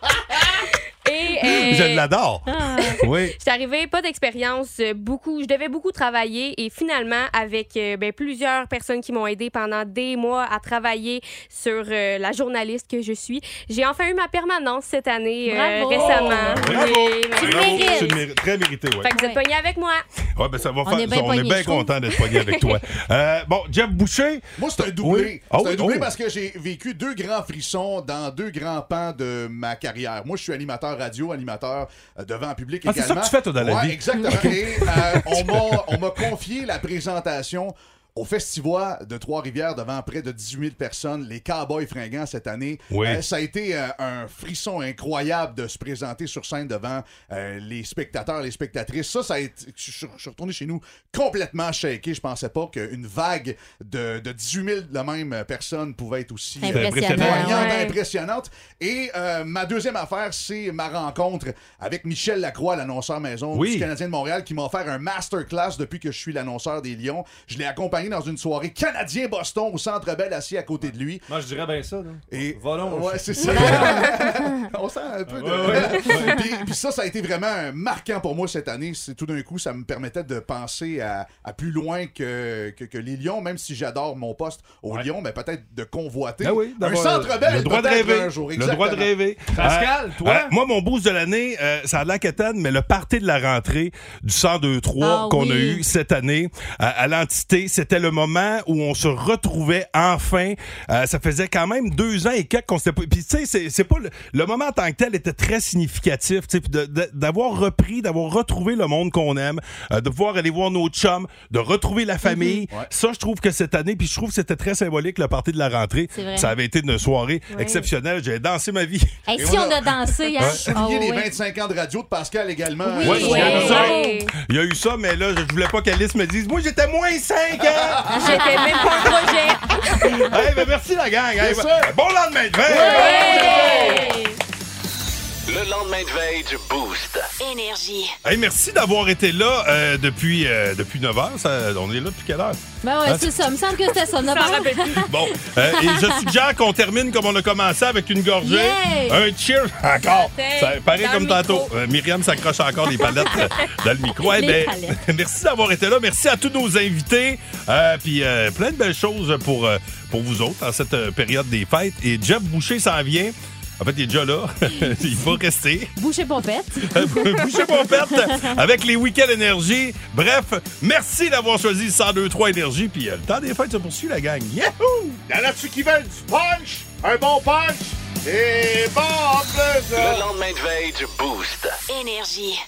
[SPEAKER 20] Et, euh,
[SPEAKER 5] Je l'adore.
[SPEAKER 20] Ah.
[SPEAKER 5] Oui.
[SPEAKER 20] J'étais arrivée, pas d'expérience, euh, beaucoup, je devais beaucoup travailler et finalement, avec euh, ben, plusieurs personnes qui m'ont aidée pendant des mois à travailler sur euh, la journaliste que je suis, j'ai enfin eu ma permanence cette année euh,
[SPEAKER 13] Bravo!
[SPEAKER 20] récemment.
[SPEAKER 5] Bravo.
[SPEAKER 20] Oui, ben, merci.
[SPEAKER 5] Bravo. Tu le mérites. Très mérité, oui.
[SPEAKER 20] Fait que vous êtes pognés avec moi.
[SPEAKER 5] Ouais, ben ça va
[SPEAKER 20] On
[SPEAKER 5] faire-
[SPEAKER 20] est bien
[SPEAKER 5] on est
[SPEAKER 20] poignés,
[SPEAKER 5] bien
[SPEAKER 20] je trouve.
[SPEAKER 5] content d'être poigné avec
[SPEAKER 20] <laughs>
[SPEAKER 5] toi. Euh, bon, Jeff Boucher.
[SPEAKER 16] Moi, c'est un doublé.
[SPEAKER 5] Ah
[SPEAKER 16] c'est un
[SPEAKER 5] oh.
[SPEAKER 16] doublé parce que j'ai vécu deux grands frissons dans deux grands pans de ma carrière. Moi, je suis animateur radio, animateur euh, devant un public
[SPEAKER 5] Ah, c'est ça
[SPEAKER 16] également.
[SPEAKER 5] que tu fais, toi, dans la
[SPEAKER 16] Ouais,
[SPEAKER 5] vie.
[SPEAKER 16] exactement. Et, euh, on m'a- on m'a confié la présentation au Festival de Trois-Rivières devant près de 18 000 personnes, les Cowboys fringants cette année.
[SPEAKER 5] Oui.
[SPEAKER 16] Euh, ça a été euh, un frisson incroyable de se présenter sur scène devant euh, les spectateurs, les spectatrices. Ça, ça a été, je, suis- je suis retourné chez nous complètement shaké. Je pensais pas qu'une vague de, de 18 000 de la même euh, personne pouvait être aussi euh,
[SPEAKER 5] Impressionnant,
[SPEAKER 16] poignante,
[SPEAKER 5] ouais.
[SPEAKER 16] impressionnante. Et euh, ma deuxième affaire, c'est ma rencontre avec Michel Lacroix, l'annonceur maison
[SPEAKER 5] Oui.
[SPEAKER 16] du Canadien de Montréal, qui m'a offert un masterclass depuis que je suis l'annonceur des Lions. Je l'ai accompagné dans une soirée Canadien-Boston au Centre Bell, assis à côté de lui.
[SPEAKER 15] Moi, je dirais bien ça. Là.
[SPEAKER 16] Et
[SPEAKER 15] Volons.
[SPEAKER 16] Ouais, c'est
[SPEAKER 15] <laughs>
[SPEAKER 16] ça. On sent un peu de. <laughs> puis, puis ça, ça a été vraiment un marquant pour moi cette année. C'est tout d'un coup, ça me permettait de penser à, à plus loin que, que, que les Lions, même si j'adore mon poste aux Lions, mais peut-être de convoiter
[SPEAKER 5] Ah oui,
[SPEAKER 16] un
[SPEAKER 5] d'avoir
[SPEAKER 16] centre belle
[SPEAKER 5] Le droit de rêver.
[SPEAKER 16] un jour.
[SPEAKER 5] le droit de
[SPEAKER 16] Exactement.
[SPEAKER 5] rêver. Euh, euh, moi, mon boost de l'année, euh, ça a l'air quétaine, mais le party de la rentrée du 102-3
[SPEAKER 15] Ah
[SPEAKER 5] qu'on a
[SPEAKER 15] oui.
[SPEAKER 5] eu cette année euh, à l'entité, c'était le moment où on se retrouvait enfin. Euh, ça faisait quand même deux ans et quelques qu'on s'était pas. Puis, tu sais, c'est- c'est pas. Le, le moment en tant que tel était très significatif, tu sais, puis de- de- d'avoir repris, d'avoir retrouvé le monde qu'on aime, euh, de pouvoir aller voir nos chums, de retrouver la famille. Ça, je trouve que cette année, puis je trouve que c'était très symbolique, le party de la rentrée.
[SPEAKER 3] C'est vrai.
[SPEAKER 5] Ça avait été une soirée
[SPEAKER 3] Ouais.
[SPEAKER 5] exceptionnelle. J'ai dansé ma vie.
[SPEAKER 3] Hey, si on a dansé,
[SPEAKER 16] <laughs>
[SPEAKER 5] Ouais.
[SPEAKER 3] hein? Ah
[SPEAKER 16] Souligner les
[SPEAKER 3] ouais.
[SPEAKER 16] 25 ans de radio de Pascal également.
[SPEAKER 5] Oui,
[SPEAKER 16] Euh,
[SPEAKER 5] il, y a eu ça. Il y a eu ça, mais là, je voulais pas qu'Alice me dise Moi, j'étais moins 5
[SPEAKER 3] Ah,
[SPEAKER 5] ans
[SPEAKER 13] J'étais même pas en
[SPEAKER 5] projet <laughs> hey, ben, Merci, la gang Hey,
[SPEAKER 13] Yes,
[SPEAKER 5] ben-
[SPEAKER 13] sir.
[SPEAKER 5] Bon lendemain de veille.
[SPEAKER 4] Le lendemain de veille du Boost. Énergie.
[SPEAKER 5] Hey, Merci d'avoir été là euh, depuis, euh, depuis 9 h. on est là depuis quelle heure
[SPEAKER 3] Ben
[SPEAKER 15] Ah,
[SPEAKER 3] ouais,
[SPEAKER 5] Hein?
[SPEAKER 3] c'est ça. Il me semble que c'était ça.
[SPEAKER 20] Ça me rappelle
[SPEAKER 5] Bon, euh, et je suggère qu'on termine comme on a commencé avec une gorgée.
[SPEAKER 13] Yeah!
[SPEAKER 5] Un cheer encore.
[SPEAKER 13] Attends,
[SPEAKER 5] Ça- pareil
[SPEAKER 13] dans
[SPEAKER 5] comme
[SPEAKER 13] le
[SPEAKER 5] tantôt.
[SPEAKER 13] micro.
[SPEAKER 5] Euh, Myriam s'accroche encore les palettes euh, dans le micro. Eh
[SPEAKER 13] Les
[SPEAKER 5] ben,
[SPEAKER 13] palettes.
[SPEAKER 5] merci d'avoir été là. Merci à tous nos invités. Euh, Puis euh, plein de belles choses pour, euh, pour vous autres en cette euh, période des fêtes. Et Jeff Boucher s'en vient. En fait, il est déjà là. <laughs> il va rester.
[SPEAKER 3] Boucher pompette.
[SPEAKER 5] <laughs> Euh, Boucher <laughs> pompette avec les week-ends énergie. Bref, merci d'avoir choisi 102.3 énergie. Puis euh, le temps des fêtes se poursuit, la gang. Yahoo!
[SPEAKER 16] Y'en a-tu qui veulent du punch? Un bon punch? Et bon, en plus!
[SPEAKER 4] Le lendemain de veille du Boost.
[SPEAKER 1] Énergie.